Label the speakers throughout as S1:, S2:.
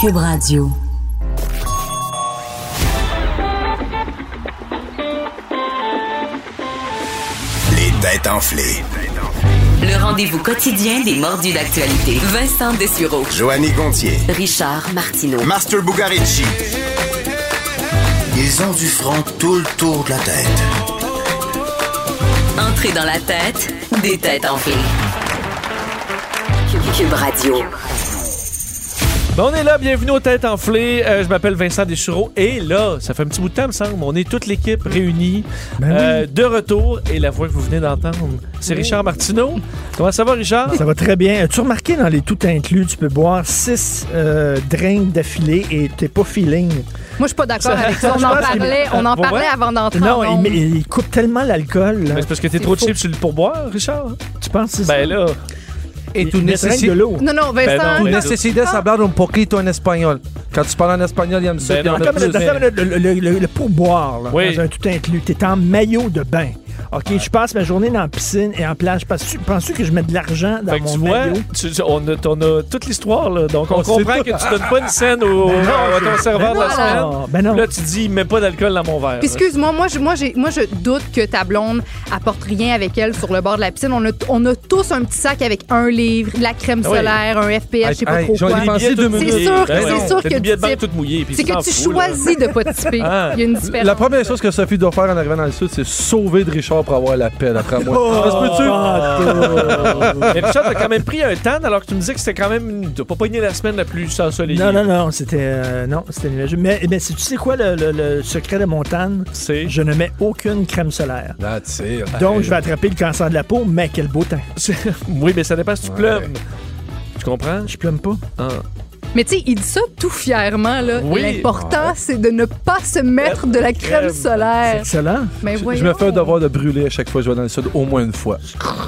S1: Cube Radio.
S2: Les têtes enflées.
S1: Le rendez-vous quotidien des mordus d'actualité. Vincent Dessureau.
S2: Joanny Gontier.
S1: Richard Martineau.
S2: Master Bugarici. Ils ont du front tout le tour de la tête.
S1: Entrée dans la tête des têtes enflées. Cube, Cube Radio.
S3: Ben, on est là, bienvenue aux Têtes Enflées. Euh, je m'appelle Vincent Dessureau et là, ça fait un petit bout de temps, me semble. On est toute l'équipe réunie, euh, de retour et la voix que vous venez d'entendre, c'est Richard Martineau. Comment ça va, Richard?
S4: Ça va très bien. As-tu remarqué dans les tout inclus, tu peux boire six euh, drinks d'affilée et t'es pas feeling.
S5: Moi, je suis pas d'accord avec ça. On
S4: Je
S5: en
S4: pense
S5: parlait,
S4: qu'il-
S5: on en
S3: Pour
S5: parlait
S3: vrai?
S5: avant d'entrer.
S4: non,
S5: en
S4: il,
S5: ondes.
S4: mais il coupe tellement l'alcool. là.
S3: Ben, c'est parce que t'es trop
S4: faux.
S3: cheap sur le pourboire, Richard?
S4: Tu penses que c'est
S3: Ben
S4: ça?
S3: là,
S6: Et tu
S4: Il drainent
S6: nécessites,
S4: de l'eau.
S5: Non, non,
S3: Ben non,
S5: Vincent.
S3: mais-
S6: nécessites hablar un poquito en espagnol. Quand tu parles en espagnol, il aime ça.
S3: Ben
S6: puis
S3: non,
S6: on a
S4: Attends,
S3: plus,
S4: minute,
S3: mais-
S4: attends minute, le, le- le- le pourboire là,
S3: Oui.
S4: dans un tout inclus, t'es en maillot de bain. OK, je passe ma journée dans la piscine et en plage. Penses-tu penses-tu que je mets de l'argent dans
S3: fait que
S4: mon
S3: tu vois,
S4: maillot?
S3: tu- tu- on, a, on a toute l'histoire, là. Donc, on,
S4: On sait
S3: comprend
S4: tout.
S3: que tu donnes pas une scène au, à ton serveur
S4: Ben
S3: de la
S5: non.
S3: semaine.
S4: Ah, ben non.
S3: Là, tu dis, mets pas d'alcool dans mon verre.
S5: Puis excuse-moi, moi je, moi, j'ai- moi, je doute que ta blonde apporte rien avec elle sur le bord de la piscine. On a, on a tous un petit sac avec un livre, de la crème
S3: Ah oui.
S5: solaire, un FPF, je sais pas
S6: Hey,
S5: trop
S6: j'en ai
S5: quoi.
S3: Les
S6: pensé
S3: billets
S6: deux
S3: tout
S6: minutes.
S3: mouillés.
S5: C'est sûr-
S3: Ben
S5: c'est
S3: non,
S5: sûr
S3: t'as
S5: que
S3: des billets de
S5: tu
S3: banque
S5: types.
S3: tout mouillés. puis
S5: C'est
S3: t'en
S5: que tu
S3: fous, là.
S5: choisis de pas tiper.
S3: Ah.
S5: Il y a une différence.
S6: La première chose que Sophie doit faire en arrivant dans le sud, c'est sauver de Richard pour avoir la paix, d'après moi.
S3: Oh,
S6: Ça se peut-tu?
S4: Ah,
S3: Ah, Mais Richard, t'as quand même pris un tan alors que tu me disais que c'était quand même. une- T'as pas pogné la semaine la plus ensoleillée.
S4: Non, non, non, c'était euh, non, c'était nuageux. Mais, mais si tu sais quoi le, le- le secret de Montagne,
S3: C'est.
S4: je ne mets aucune crème solaire.
S6: That's it.
S4: Donc, je vais attraper le cancer de la peau, mais quel beau temps.
S3: Oui, mais ça dépend si tu plumes. Tu comprends?
S4: Je plume pas.
S3: Ah.
S5: Mais tu sais, il dit ça tout fièrement. là.
S3: Oui.
S5: L'important, c'est de ne pas se mettre de la crème
S3: crème.
S4: C'est
S5: solaire.
S4: excellent.
S5: Mais
S6: Je-
S5: voyons.
S6: Je me fais un devoir de brûler à chaque fois que je vais dans le sud, au moins une fois.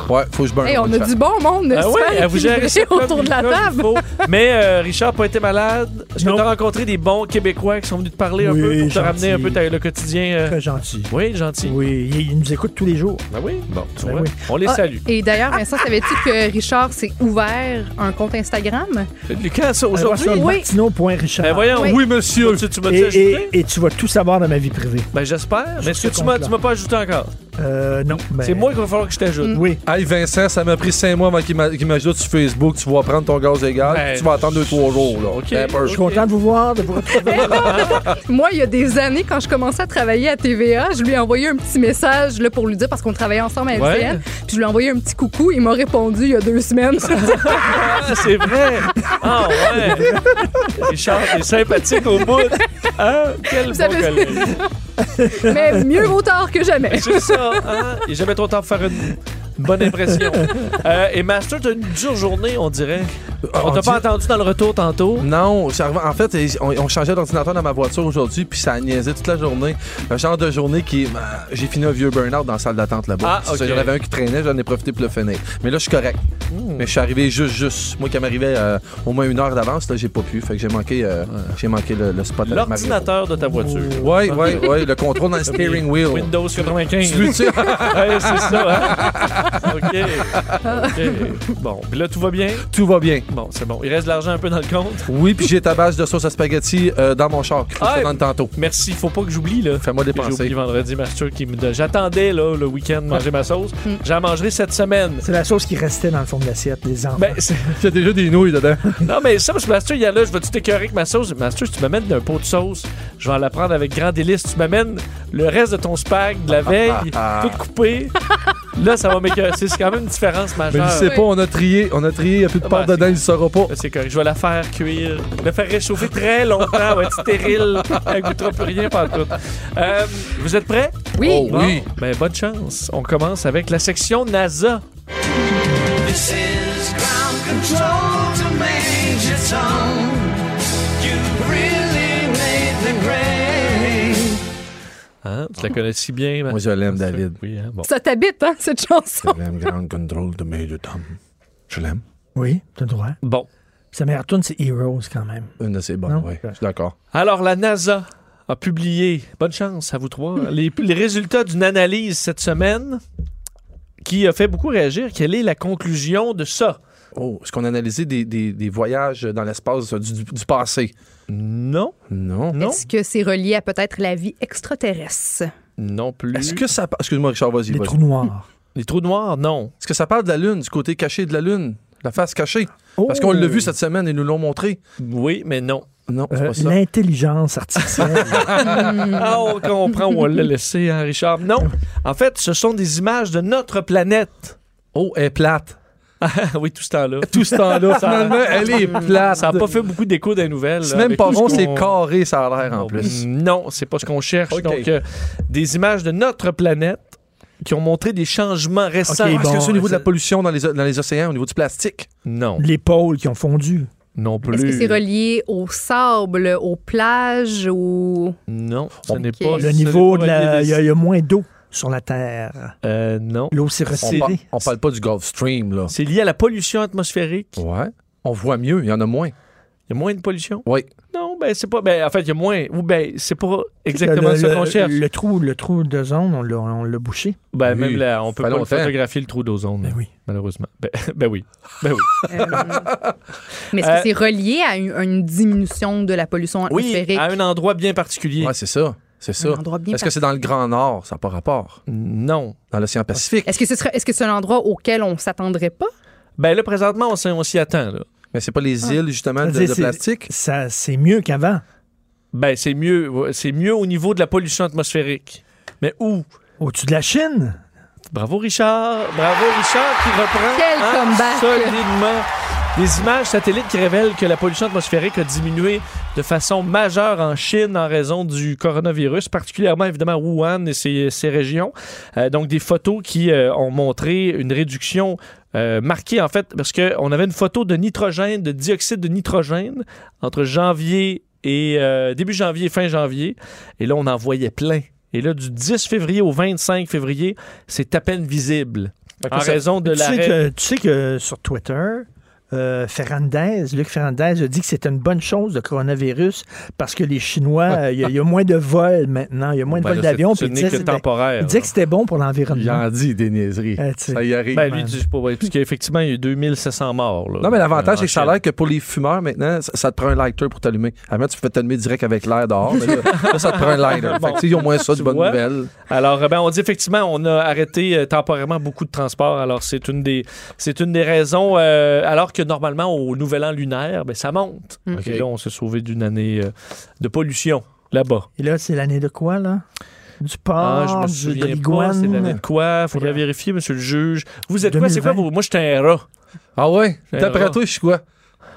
S6: Ouais, faut que je burn.
S5: Hey, on a du bon monde, ne
S3: Ah ouais,
S5: se
S3: à
S5: faire
S3: vous gérez ça
S5: équilibrer
S3: comme
S5: autour de la
S3: comme il
S5: table.
S3: faut. Mais euh, Richard n'a pas été malade. Je
S4: Non.
S3: t'ai rencontré des bons Québécois qui sont venus te parler un
S4: Oui,
S3: peu pour te
S4: gentil.
S3: ramener un peu ta- le quotidien. euh.
S4: Très gentil.
S3: Oui, gentil.
S4: Oui, il, il nous écoute tous les jours.
S3: Ben oui. Bon, tu
S4: Ben
S3: vois.
S4: oui.
S3: On les
S5: Ah,
S3: salue.
S5: Et d'ailleurs, Vincent, savais-tu que Richard s'est ouvert un compte Instagram?
S3: Lucas,
S4: Ben,
S3: ça, aujourd'hui.
S4: Allez voir sur
S5: oui.
S4: martineau.richard.
S3: Ben voyons.
S5: Oui.
S3: Oui, monsieur. Tu, tu m'as
S4: Ah, et,
S3: déjà ajouté?
S4: et- et tu vas tout savoir de ma vie privée.
S3: Ben j'espère. Mais est-ce que
S4: ce
S3: tu m'as
S4: compte-là.
S3: tu m'as pas ajouté encore?
S4: Euh, non. ben-
S3: C'est moi qu'il va falloir que je t'ajoute.
S4: Oui.
S6: Hey Vincent, ça m'a pris 5 mois avant qu'il m'a- qu'il m'ajoute sur Facebook. Tu vas prendre ton gaz égal,
S3: Ben,
S6: puis tu vas attendre 2-3 jours. Là.
S3: OK.
S6: Ben, peur.
S4: Je suis content de vous voir, de vous retrouver.
S5: Moi, il y a des années, quand je commençais à travailler à TVA, je lui ai envoyé un petit message là, pour lui dire, parce qu'on travaillait ensemble à
S3: Ouais.
S5: LCN, puis je lui ai envoyé un petit coucou. Il m'a répondu il y a deux semaines.
S3: Ah, c'est vrai! Ah ouais! Richard, t'es sympathique au bout! Hein? Quel
S5: Ça
S3: bon
S5: fait-
S3: collègue!
S5: Mais mieux vaut tard que jamais.
S3: C'est ça, hein? Il est jamais trop tard pour faire une bonne impression. Euh, et Master, t'as une dure journée, on dirait. On
S6: On
S3: t'a pas
S6: dit-
S3: entendu dans le retour tantôt.
S6: Non, j'arrivais- en fait, on, on changeait d'ordinateur dans ma voiture aujourd'hui, puis ça niaisait toute la journée. Un genre de journée qui. ben, j'ai fini un vieux burn-out dans la salle d'attente là-bas.
S3: Ah,
S6: C'est ça,
S3: ok.
S6: J'en avais un qui traînait, j'en ai profité pour le finir. Mais là, je suis correct.
S3: Hmm.
S6: Mais je suis arrivé juste, juste. Moi qui m'arrivais euh, au moins une heure d'avance, là, j'ai pas pu. Fait que j'ai manqué, euh, j'ai manqué le, le spot avec Mario. Oh,
S3: L'ordinateur de ta voiture.
S6: Ouais, ouais, ouais, le contrôle dans le steering wheel.
S3: Windows 95.
S6: Tu Ah, l'utilises-
S3: Ouais, c'est ça, hein? OK. OK. Bon, puis là, tout va bien?
S6: Tout va bien.
S3: Bon, c'est bon. Il reste de l'argent un peu dans le compte.
S6: Oui, puis j'ai ta base de sauce à spaghetti euh, dans mon char. qu'il Faut
S3: Ah,
S6: que je te donne tantôt.
S3: Merci, faut pas que j'oublie, là.
S6: Fais-moi
S3: Que J'ai oublié
S6: dépenser.
S3: vendredi, Master, qui me donne. J'attendais, là, le week-end, manger ma sauce. J'en mangerai cette semaine.
S4: C'est la sauce qui restait dans le fond de l'assiette des enfants.
S3: Ben, c'est-
S6: Il y a déjà des nouilles dedans.
S3: non, mais ça, parce que Master, il y a là, je vais-tu t'écœurer avec ma sauce? Master, si tu m'amènes d'un pot de sauce, je vais en la prendre avec grand délice. Tu m'amènes le reste de ton spag de la veille,
S6: ah, ah.
S3: tout coupé. là, ça va m'écœurer. C'est quand même une différence
S6: Mais
S3: majeure.
S6: je sais
S5: oui.
S6: pas, on a trié, on a trié, il a plus de
S3: Ah,
S6: part
S3: ben,
S6: dedans, il le saura pas.
S3: Là, C'est correct. Je vais la faire cuire, la faire réchauffer très longtemps, elle va être stérile, elle goûtera plus rien par tout. Euh, vous êtes prêts?
S5: Oui.
S6: Oh,
S3: Bon,
S6: oui.
S3: ben, bonne chance. On commence avec la section NASA.
S7: This is ground control to Major Tom.
S3: Hein? Tu la connais si bien. ma-
S6: Moi, je l'aime, David.
S3: Oui, hein? bon.
S5: Ça t'habite, hein, cette chanson?
S6: Je l'aime, Grand Control de mes deux temps. Je l'aime.
S4: Oui, t'as le droit.
S3: Bon.
S4: Sa meilleure tune, c'est Heroes quand même.
S6: Une de ses bonnes,
S4: Non?
S6: oui. Je suis d'accord.
S3: Alors, la NASA a publié, bonne chance à vous trois, les, les résultats d'une analyse cette semaine qui a fait beaucoup réagir. Quelle est la conclusion de ça?
S6: Oh, est-ce qu'on a analysé des, des- des voyages dans l'espace euh, du, du- du passé?
S3: Non,
S6: Non.
S3: non,
S5: Est-ce que c'est relié à peut-être la vie extraterrestre?
S3: non plus.
S6: Est-ce que ça... par- Excuse-moi, Richard, vas-y.
S4: Les
S6: vas-y.
S4: trous noirs.
S3: Les trous noirs, non.
S6: Est-ce que ça parle de la Lune, du côté caché de la Lune? La face cachée? Parce
S4: Oh!
S6: qu'on l'a vu cette semaine, ils nous l'ont montré.
S3: Oui, mais non.
S6: Non, c'est
S4: Euh,
S6: pas ça.
S4: L'intelligence artificielle.
S3: Ah, on comprend, on l'a laissé, hein, Richard. Non, en fait, ce sont des images de notre planète.
S6: Oh, elle est plate.
S3: Ah oui, tout ce temps-là.
S6: Tout ce temps-là,
S3: Ça-
S6: finalement, elle est plate.
S3: Ça n'a pas fait beaucoup d'écho des nouvelles.
S6: C'est
S3: là,
S6: même
S3: avec
S6: pas
S3: tout ce
S6: rond, c'est
S3: qu'on-
S6: carré, ça a l'air, en plus.
S3: Non, c'est pas ce qu'on cherche.
S6: Ok.
S3: Donc, euh, des images de notre planète qui ont montré des changements récents.
S4: Ok,
S6: Est-ce
S4: bon,
S6: que c'est au niveau de la
S4: ça-
S6: pollution dans les, o- dans les océans, au niveau du plastique?
S3: Non,
S4: les pôles qui ont fondu.
S3: non plus.
S5: Est-ce que c'est relié au sable, aux plages, au...
S3: Non, ce
S5: On-
S3: n'est
S5: Ok.
S3: pas.
S5: Le
S3: ce
S4: Le niveau
S3: n'est
S4: de
S3: pas
S4: la. Il
S3: lié
S4: y,
S3: à
S4: a-
S3: des-
S4: il y a moins d'eau sur la Terre.
S3: Euh, non,
S4: L'eau s'est
S6: On, par-
S4: resserrée.
S6: on parle pas du Gulf Stream, là.
S3: c'est lié à la pollution atmosphérique.
S6: Ouais. On voit mieux, il y en a moins.
S3: Il y a moins de pollution.
S6: Oui.
S3: Non, ben c'est pas. Ben en fait, il y a moins. Ou ben c'est pas exactement
S4: Le-
S3: ce
S4: le-
S3: qu'on cherche.
S4: Le trou, le trou de zone, on l'a- on l'a bouché.
S3: ben
S6: Oui,
S3: même là, on peut
S6: fait
S3: pas le
S6: longtemps.
S3: photographier le trou d'ozone.
S4: Ben oui.
S3: Malheureusement. Ben, ben oui. Ben oui.
S5: euh, mais est-ce que
S3: Euh,
S5: c'est relié à une, à une diminution de la pollution atmosphérique?
S3: à un endroit bien particulier.
S6: Ouais, c'est ça. C'est ça.
S5: Un endroit bien
S6: Est-ce que c'est dans le Grand Nord? Ça n'a pas rapport.
S3: Non.
S6: Dans l'océan Pacifique.
S5: Est-ce que ce serait, est-ce que c'est un endroit auquel on s'attendrait pas?
S3: Ben là, présentement, on s'y- on s'y attend. Là.
S6: Mais c'est pas
S3: Ah.
S6: les îles, justement, de,
S4: C'est-
S6: de
S4: c'est-
S6: plastique?
S4: Ça, c'est mieux qu'avant.
S3: Ben, c'est mieux, c'est mieux au niveau de la pollution atmosphérique. Mais où?
S4: Au-dessus de la Chine.
S3: Bravo Richard! Bravo Richard qui reprend
S5: Quel comeback!
S3: solidement des images satellites qui révèlent que la pollution atmosphérique a diminué de façon majeure en Chine en raison du coronavirus, particulièrement évidemment à Wuhan et ses, ses régions. Euh, donc des photos qui euh, ont montré une réduction euh, marquée en fait parce qu'on avait une photo de nitrogène, de dioxyde de nitrogène entre janvier et euh, début janvier et fin janvier. Et là, on en voyait plein. Et là, du 10 février au 25 février, c'est à peine visible.
S6: Fait que
S3: En
S6: ça-
S3: raison de
S4: Tu sais,
S3: l'arrêt.
S4: que, tu sais que sur Twitter, euh, Ferrandez, Luc Ferrandez a dit que c'était une bonne chose le coronavirus parce que les Chinois, euh, il y, a- il y a moins de vols maintenant, il y a moins de
S3: Ben
S4: vols
S3: là,
S4: d'avion.
S3: Ce
S4: puis il
S3: n'est
S4: disait
S3: que
S4: c'était-
S3: temporaire.
S4: Il disait que c'était bon pour
S6: Il
S4: l'environnement.
S6: en dit des niaiseries.
S4: Eh, tu sais.
S6: ça y arrive.
S3: Ben, lui, dit, je sais pas, ouais, parce qu'effectivement, il y a eu 2700 morts. là.
S6: non, mais l'avantage,
S3: Euh,
S6: c'est que ça a
S3: en Chine.
S6: l'air que pour les fumeurs, maintenant, ça, ça te prend un lighter pour t'allumer. Avant, tu pouvais t'allumer direct avec l'air dehors. mais là, là, ça te prend un lighter. Fait que, tu sais, ils ont moins ça de
S3: Tu
S6: bonnes
S3: vois?
S6: nouvelles.
S3: Alors, euh, ben, on dit effectivement, on a arrêté euh, temporairement beaucoup de transports. Alors, c'est une des, c'est une des raisons. euh, alors que normalement, au Nouvel An lunaire, ben, ça monte.
S5: Mm.
S3: Et là, on s'est sauvé d'une année euh, de pollution là-bas.
S4: Et là, c'est l'année de quoi, là? Du porc,
S3: Ah, je me
S4: du- de
S3: souviens pas. C'est l'année
S4: l'iguane.
S3: de quoi Faudrait vérifier, monsieur le juge. Vous êtes quoi C'est quoi
S4: 2020?
S3: vous Moi, j'étais un rat.
S6: Ah ouais?
S3: Un
S6: D'après
S3: rat.
S6: toi, je suis quoi?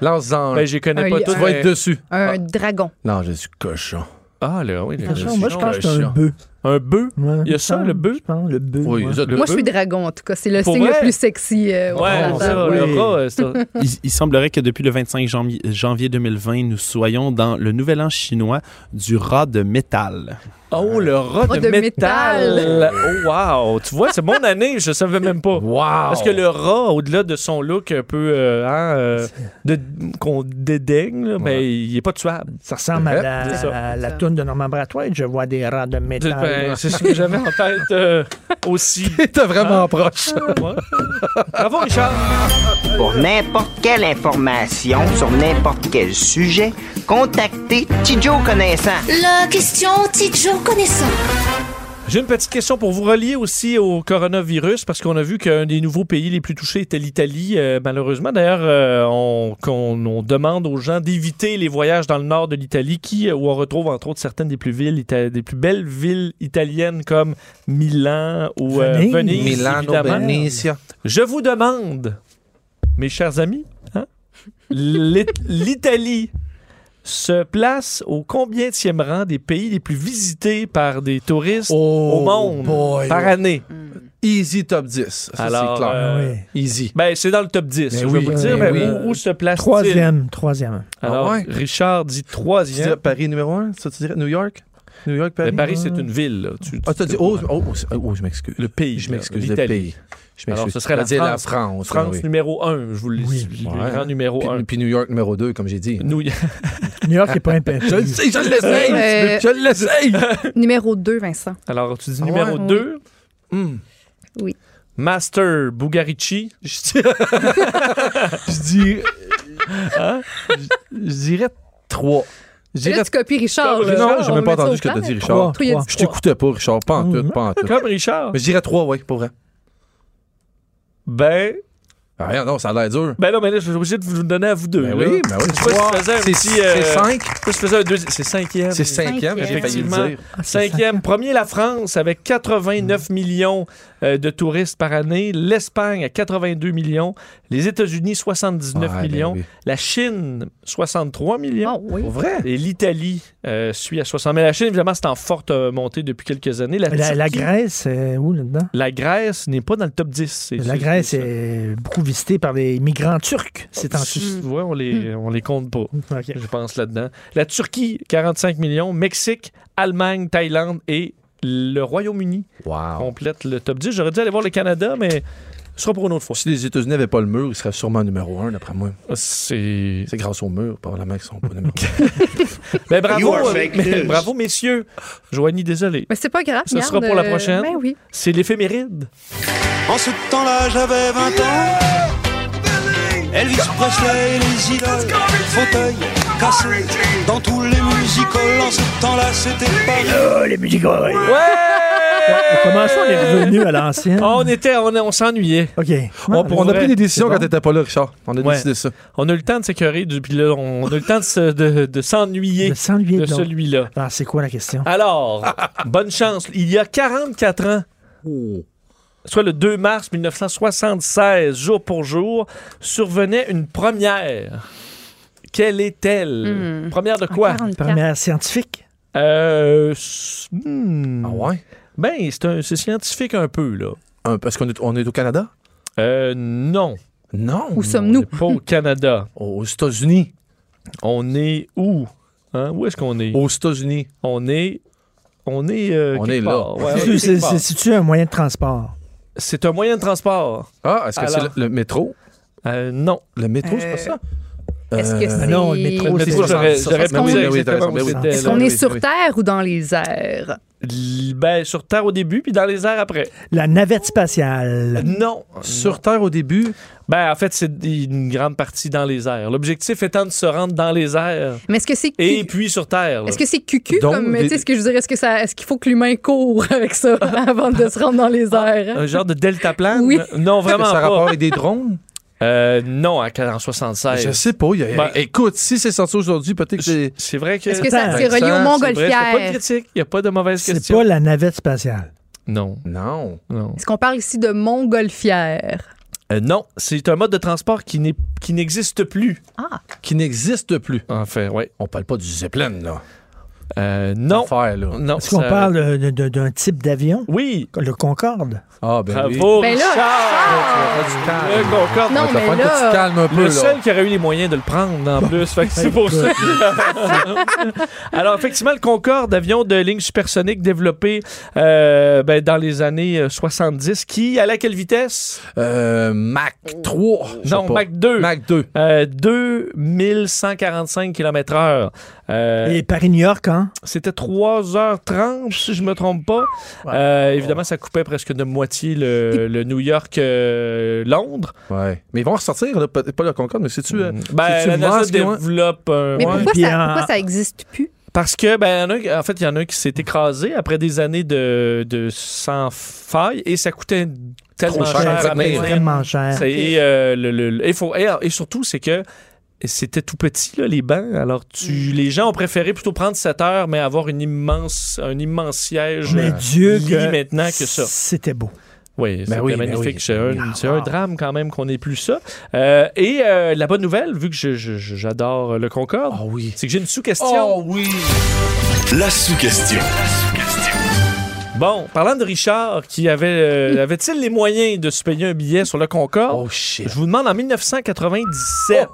S6: Lance-en. un.
S3: Ben, je les connais
S5: Un
S3: pas
S5: li-
S3: tous.
S6: tu vas être dessus.
S5: Un dragon.
S6: Non, je suis cochon.
S3: Ah, là, oui. les-
S4: Cochon, Moi, je pense que c'est un
S6: Cochon.
S4: bœuf.
S3: Un bœuf.
S4: Ouais,
S3: Il y a ça,
S4: me
S3: le
S4: semble,
S3: bœuf?
S4: Je pense, le bœuf.
S6: Oui,
S4: ouais.
S6: vous êtes
S5: Moi, je suis dragon, en tout cas. C'est le
S3: Pour
S5: signe
S3: vrai?
S5: le plus sexy. euh, au
S3: Ouais,
S5: printemps.
S3: c'est ça,
S4: oui.
S3: le rat, euh, c'est un-
S7: Il, il semblerait que depuis le 25 janvi- janvier 2020, nous soyons dans le nouvel an chinois du rat de métal.
S3: Oh, le rat
S5: Rat
S3: de,
S5: de
S3: métal.
S5: métal.
S3: Oh, wow! Tu vois, c'est mon année, je savais même pas.
S6: Wow!
S3: Parce que le rat, au-delà de son look un peu euh, hein, euh, de- qu'on dédaigne, là, ben, il est pas tuable.
S4: Ça ressemble à
S6: Ouais,
S4: la,
S3: Eh, c'est ça.
S4: à la toune de Norman Brathwaite. Je vois des rats de métal.
S3: Ben, c'est ce que j'avais en tête euh, aussi.
S6: T'es
S4: Ah.
S6: vraiment proche.
S3: Ouais. Bravo, Richard!
S8: Pour n'importe quelle information sur n'importe quel sujet, contactez Tidjo Connaissant.
S9: La question Tidjo connaissant.
S3: J'ai une petite question pour vous relier aussi au coronavirus, parce qu'on a vu qu'un des nouveaux pays les plus touchés était l'Italie, euh, malheureusement. D'ailleurs, euh, on, qu'on- on demande aux gens d'éviter les voyages dans le nord de l'Italie, qui, euh, où on retrouve entre autres certaines des plus, villes, ita- des plus belles villes italiennes comme Milan ou euh, Venise.
S4: Venise.
S6: Milano,
S3: évidemment.
S6: Benicia.
S3: Je vous demande, mes chers amis, hein, l'I- l'Italie se place au combienième rang des pays les plus visités par des touristes au monde
S6: Oh, boy.
S3: par année?
S6: Easy top 10. Ça,
S3: Alors,
S6: c'est clair.
S4: Ah
S3: euh,
S6: Easy.
S3: Ben, c'est dans le top 10,
S6: Ben
S3: je
S6: oui,
S3: vais vous le dire,
S6: ben
S3: mais
S6: oui.
S3: où, où se place-t-il?
S4: Troisième, troisième.
S3: Alors,
S6: Ah ouais?
S3: Richard dit
S6: Tu dirais
S3: troisième.
S6: Paris numéro 1, ça tu dirais New York? New York, Paris.
S3: Mais Paris, c'est une ville. là. Tu-
S6: Ah,
S3: tu-
S6: t'as dit, oh, oh, oh, oh, je m'excuse.
S3: Le pays,
S6: Je
S3: là,
S6: m'excuse, le
S3: l'Italie.
S6: pays. Je
S3: Alors,
S6: m'excuse.
S3: ce serait la
S6: T'as dit
S3: France.
S6: France,
S3: France
S6: Ben oui.
S3: numéro 1, je vous le dis. Le grand numéro
S6: Puis,
S3: 1.
S6: puis New York numéro 2, comme j'ai dit.
S3: New
S4: New York n'est pas un pays.
S6: Je le sais, je l'essaye!
S5: Euh,
S6: Je l'essaye! Ah
S5: Numéro 2, Vincent.
S3: Alors, tu dis numéro 2.
S6: Hmm.
S5: Oui.
S3: Master Bugarici.
S6: Je dis- je dis.
S3: Hein?
S6: Je je dirais 3. Je
S5: Là,
S6: dirais
S5: tu copies Richard. là.
S6: Non, j'ai
S5: On met
S6: même pas
S5: ça
S6: entendu
S5: au
S6: ce que t'as
S5: clair.
S6: dit, Richard.
S4: Trois.
S5: Toi, il a dit
S6: Je
S5: trois.
S6: t'écoutais pas, Richard. Pas
S4: Hmm.
S6: en tout, pas en tout.
S3: Comme Richard.
S6: Mais je dirais 3, oui, pour vrai.
S3: Ben,
S6: Ah, rien, non, ça a l'air dur.
S3: ben non, mais là, je suis obligé de vous le donner à vous deux.
S6: Ben
S3: là.
S6: oui, ben oui.
S3: Je sais pas si tu faisais un
S6: C'est
S3: petit, euh,
S6: c'est cinq,
S3: Moi, je faisais un deuxième. C'est cinquième.
S6: c'est cinquième,
S5: Cinquième.
S6: j'ai failli
S3: Effectivement.
S6: le dire.
S3: Cinquième. Premier, la France, avec 89 millions euh, de touristes par année. L'Espagne, à 82 millions. Les États-Unis, 79
S6: Ouais, ben
S3: millions.
S6: oui.
S3: La Chine, 63 millions.
S5: Oh, oui.
S6: Pour vrai?
S3: Et l'Italie euh, suit à 60. Mais la Chine, évidemment, c'est en forte euh, montée depuis quelques années. La,
S4: La, la
S3: Turquie-
S4: Grèce, euh, où là-dedans?
S3: la Grèce n'est pas dans le top 10. c'est-
S4: La
S3: c'est-
S4: Grèce
S3: c'est-
S4: est beaucoup visitée par les migrants turcs ces temps-ci.
S3: Tu vois, on les, on les compte pas,
S4: Ok.
S3: je pense, là-dedans. La Turquie, 45 millions. Mexique, Allemagne, Thaïlande et le Royaume-Uni
S2: Ah.
S6: Wow.
S3: complètent le top 10. J'aurais dû aller voir le Canada, mais ce sera pour une autre fois.
S6: Si les États-Unis n'avaient pas le mur, ils seraient sûrement numéro 1, d'après moi.
S3: C'est.
S6: C'est grâce au mur, par la main, qu'ils sont pas numéro un.
S3: Mais bravo,
S2: You are
S3: euh,
S2: fake
S3: mais-
S2: news.
S3: bravo, messieurs. Joanie, désolé.
S5: Mais c'est pas grave.
S3: Ce sera
S5: garde,
S3: pour la
S5: euh,
S3: prochaine.
S5: Ben oui.
S3: C'est l'éphéméride.
S10: En ce temps-là, j'avais 20 ans. Elvis Presley, les idoles, fauteuil cassé dans tous les musicals. En ce temps-là, c'était pas
S4: Oh, Commençons, on est revenu à l'ancienne.
S3: On était, on, on s'ennuyait.
S4: OK.
S6: On,
S3: pour
S6: on a
S3: vrai,
S6: pris des décisions
S3: c'est
S6: quand
S3: bon.
S6: t'étais pas là, Richard. On a
S3: Ouais. Mm.
S6: décidé ça.
S3: On a eu le temps de s'écœurer, du- puis là, on a eu le temps de se- de- de s'ennuyer
S4: De s'ennuyer
S3: de
S4: donc.
S3: celui-là.
S4: Ah, c'est quoi la question?
S3: Alors, bonne chance. Il y a 44 ans,
S6: Oh.
S3: soit le 2 mars 1976, jour pour jour, survenait une première. Quelle est-elle? Première de quoi?
S5: 44.
S4: Première scientifique?
S3: Euh, s- hmm.
S6: Ah ouais?
S3: Ben, c'est un- c'est scientifique un peu, là.
S6: Un- parce qu'on est, on est au Canada?
S3: Euh, non.
S6: Non.
S5: Où sommes-nous?
S3: Pas au Canada.
S6: Aux États-Unis.
S3: On est où? Hein? Où est-ce qu'on est?
S6: Aux États-Unis.
S3: On est... On est... euh,
S6: On
S3: quelque
S6: est là.
S3: part. Ouais, on est
S4: C'est-
S3: quelque
S4: c'est-
S3: part.
S4: C'est c'est-tu un moyen de transport?
S3: C'est un moyen de transport.
S6: Ah, est-ce que c'est le,
S3: Alors.
S6: le métro?
S3: Euh, non.
S6: Le métro, c'est
S5: Euh,
S6: pas ça?
S5: Est-ce que
S3: Ah
S5: c'est.
S4: non, le métro,
S3: Le
S4: c'est-
S3: métro,
S4: ça-
S3: j'aurais-
S6: ça-
S3: j'aurais
S6: ça-
S3: pu
S6: oui,
S3: dire
S6: oui, oui, t'as
S3: exactement où
S6: raison, oui,
S3: c'était,
S5: Est-ce
S3: là.
S5: qu'on est
S6: oui,
S5: sur
S6: oui.
S5: Terre ou dans les airs?
S3: L- Ben, sur Terre au début, puis dans les airs après.
S4: La navette spatiale.
S3: Non.
S6: Sur Terre au début?
S3: Ben, en fait, c'est une grande partie dans les airs. L'objectif étant de se rendre dans les airs
S5: Mais est-ce que c'est.
S3: et puis sur Terre. là.
S5: Est-ce que c'est cucu
S6: Donc,
S5: comme
S6: des-
S5: tu sais ce que je veux dire est-ce que ça est-ce qu'il faut que l'humain court avec ça avant de se rendre dans les airs
S3: Ah, Un genre de deltaplane?
S5: Oui.
S3: Non,
S6: Est-ce que
S3: vraiment
S6: ça a rapport
S3: pas.
S6: avec des drones?
S3: Euh, non, en, en
S6: Je
S3: 76.
S6: sais pas. il y a-
S3: Ben-
S6: écoute, si c'est sorti aujourd'hui, peut-être que c'est.
S3: C'est vrai que... Ben,
S5: Est-ce que
S4: Attends,
S5: ça s'est relié
S6: Vincent,
S5: aux
S6: c'est
S3: C'est vrai, c'est pas de
S5: montgolfières
S3: critique. Il n'y a pas de mauvaise
S4: C'est
S3: question.
S4: pas la navette spatiale.
S3: Non,
S6: Non.
S3: non.
S5: Est-ce qu'on parle ici de montgolfières
S3: Euh, non, c'est un mode de transport qui n'est- qui n'existe plus.
S5: Ah
S6: Qui n'existe plus.
S3: Enfin, ouais.
S6: On parle pas du Zeppelin, là.
S3: Euh, non.
S6: Affaire, là.
S3: Non,
S4: Est-ce qu'on
S3: ça-
S4: parle de- de- de- d'un type d'avion?
S3: Oui.
S4: Le Concorde?
S6: Ah, ben oui.
S3: Bravo,
S5: Ben là, Ah!
S3: Richard! Ah.
S6: Ben
S3: Le Concorde.
S5: Non,
S6: Ouais, t'as
S5: mais
S6: fallu que
S5: là-
S6: tu te calmes un peu,
S3: Le
S6: là.
S3: seul qui aurait eu les moyens de le prendre en plus. Fait que c'est pour ça. Alors, effectivement, le Concorde, avion de ligne supersonique développé euh, ben, dans les années euh, 70, qui, allait à quelle vitesse?
S6: Euh, Mac
S5: Oh.
S6: 3. je sais
S3: Non,
S6: pas.
S3: Mach 2.
S6: Mac 2.
S3: Euh, 2145 km/h.
S4: Et Paris-New York, hein?
S3: Euh, C'était 3h30, si je me trompe pas. Euh, évidemment, ça coupait presque de moitié le, le New euh, York-Londres.
S6: Ouais. Mais ils vont ressortir, là, peut-être pas le Concorde, mais c'est-tu. euh,
S3: ben,
S6: c'est-tu
S3: la NASA
S6: Musk qui- ouais?
S3: développe un-
S5: mais
S3: ouais.
S5: pourquoi
S4: puis
S5: ça
S4: en-
S5: pourquoi ça existe plus
S3: Parce que, ben, il y en, a un- en fait, il y en a un qui s'est écrasé après des années de, de sans faille et ça coûtait tellement
S6: Trop cher
S3: cher. à
S6: à maintenir.
S3: maintenir.
S4: Extrêmement cher.
S3: Ça- Et, euh, le- le- le- et faut- et- et surtout, c'est que c'était tout petit, là, les bancs. Alors,
S5: Mm.
S3: tu, les gens ont préféré plutôt prendre 7 heures, mais avoir une immense, un immense siège.
S4: Mais
S3: euh,
S4: Dieu
S3: lit
S4: que
S3: maintenant que ça.
S4: C'était beau.
S3: Oui, c'était
S6: oui, ben
S3: magnifique.
S6: oui.
S3: C'est un, c'est un drame quand même qu'on n'ait plus ça. Euh, et euh, la bonne nouvelle, vu que je- je- je- j'adore le Concorde,
S6: Ah oui.
S3: c'est que j'ai une sous-question.
S6: Oh oui.
S2: La sous-question.
S3: Bon, parlant de Richard, qui avait, euh, avait-il les moyens de se payer un billet sur le Concorde?
S6: Oh shit. Oh,
S3: Je vous demande en 1997,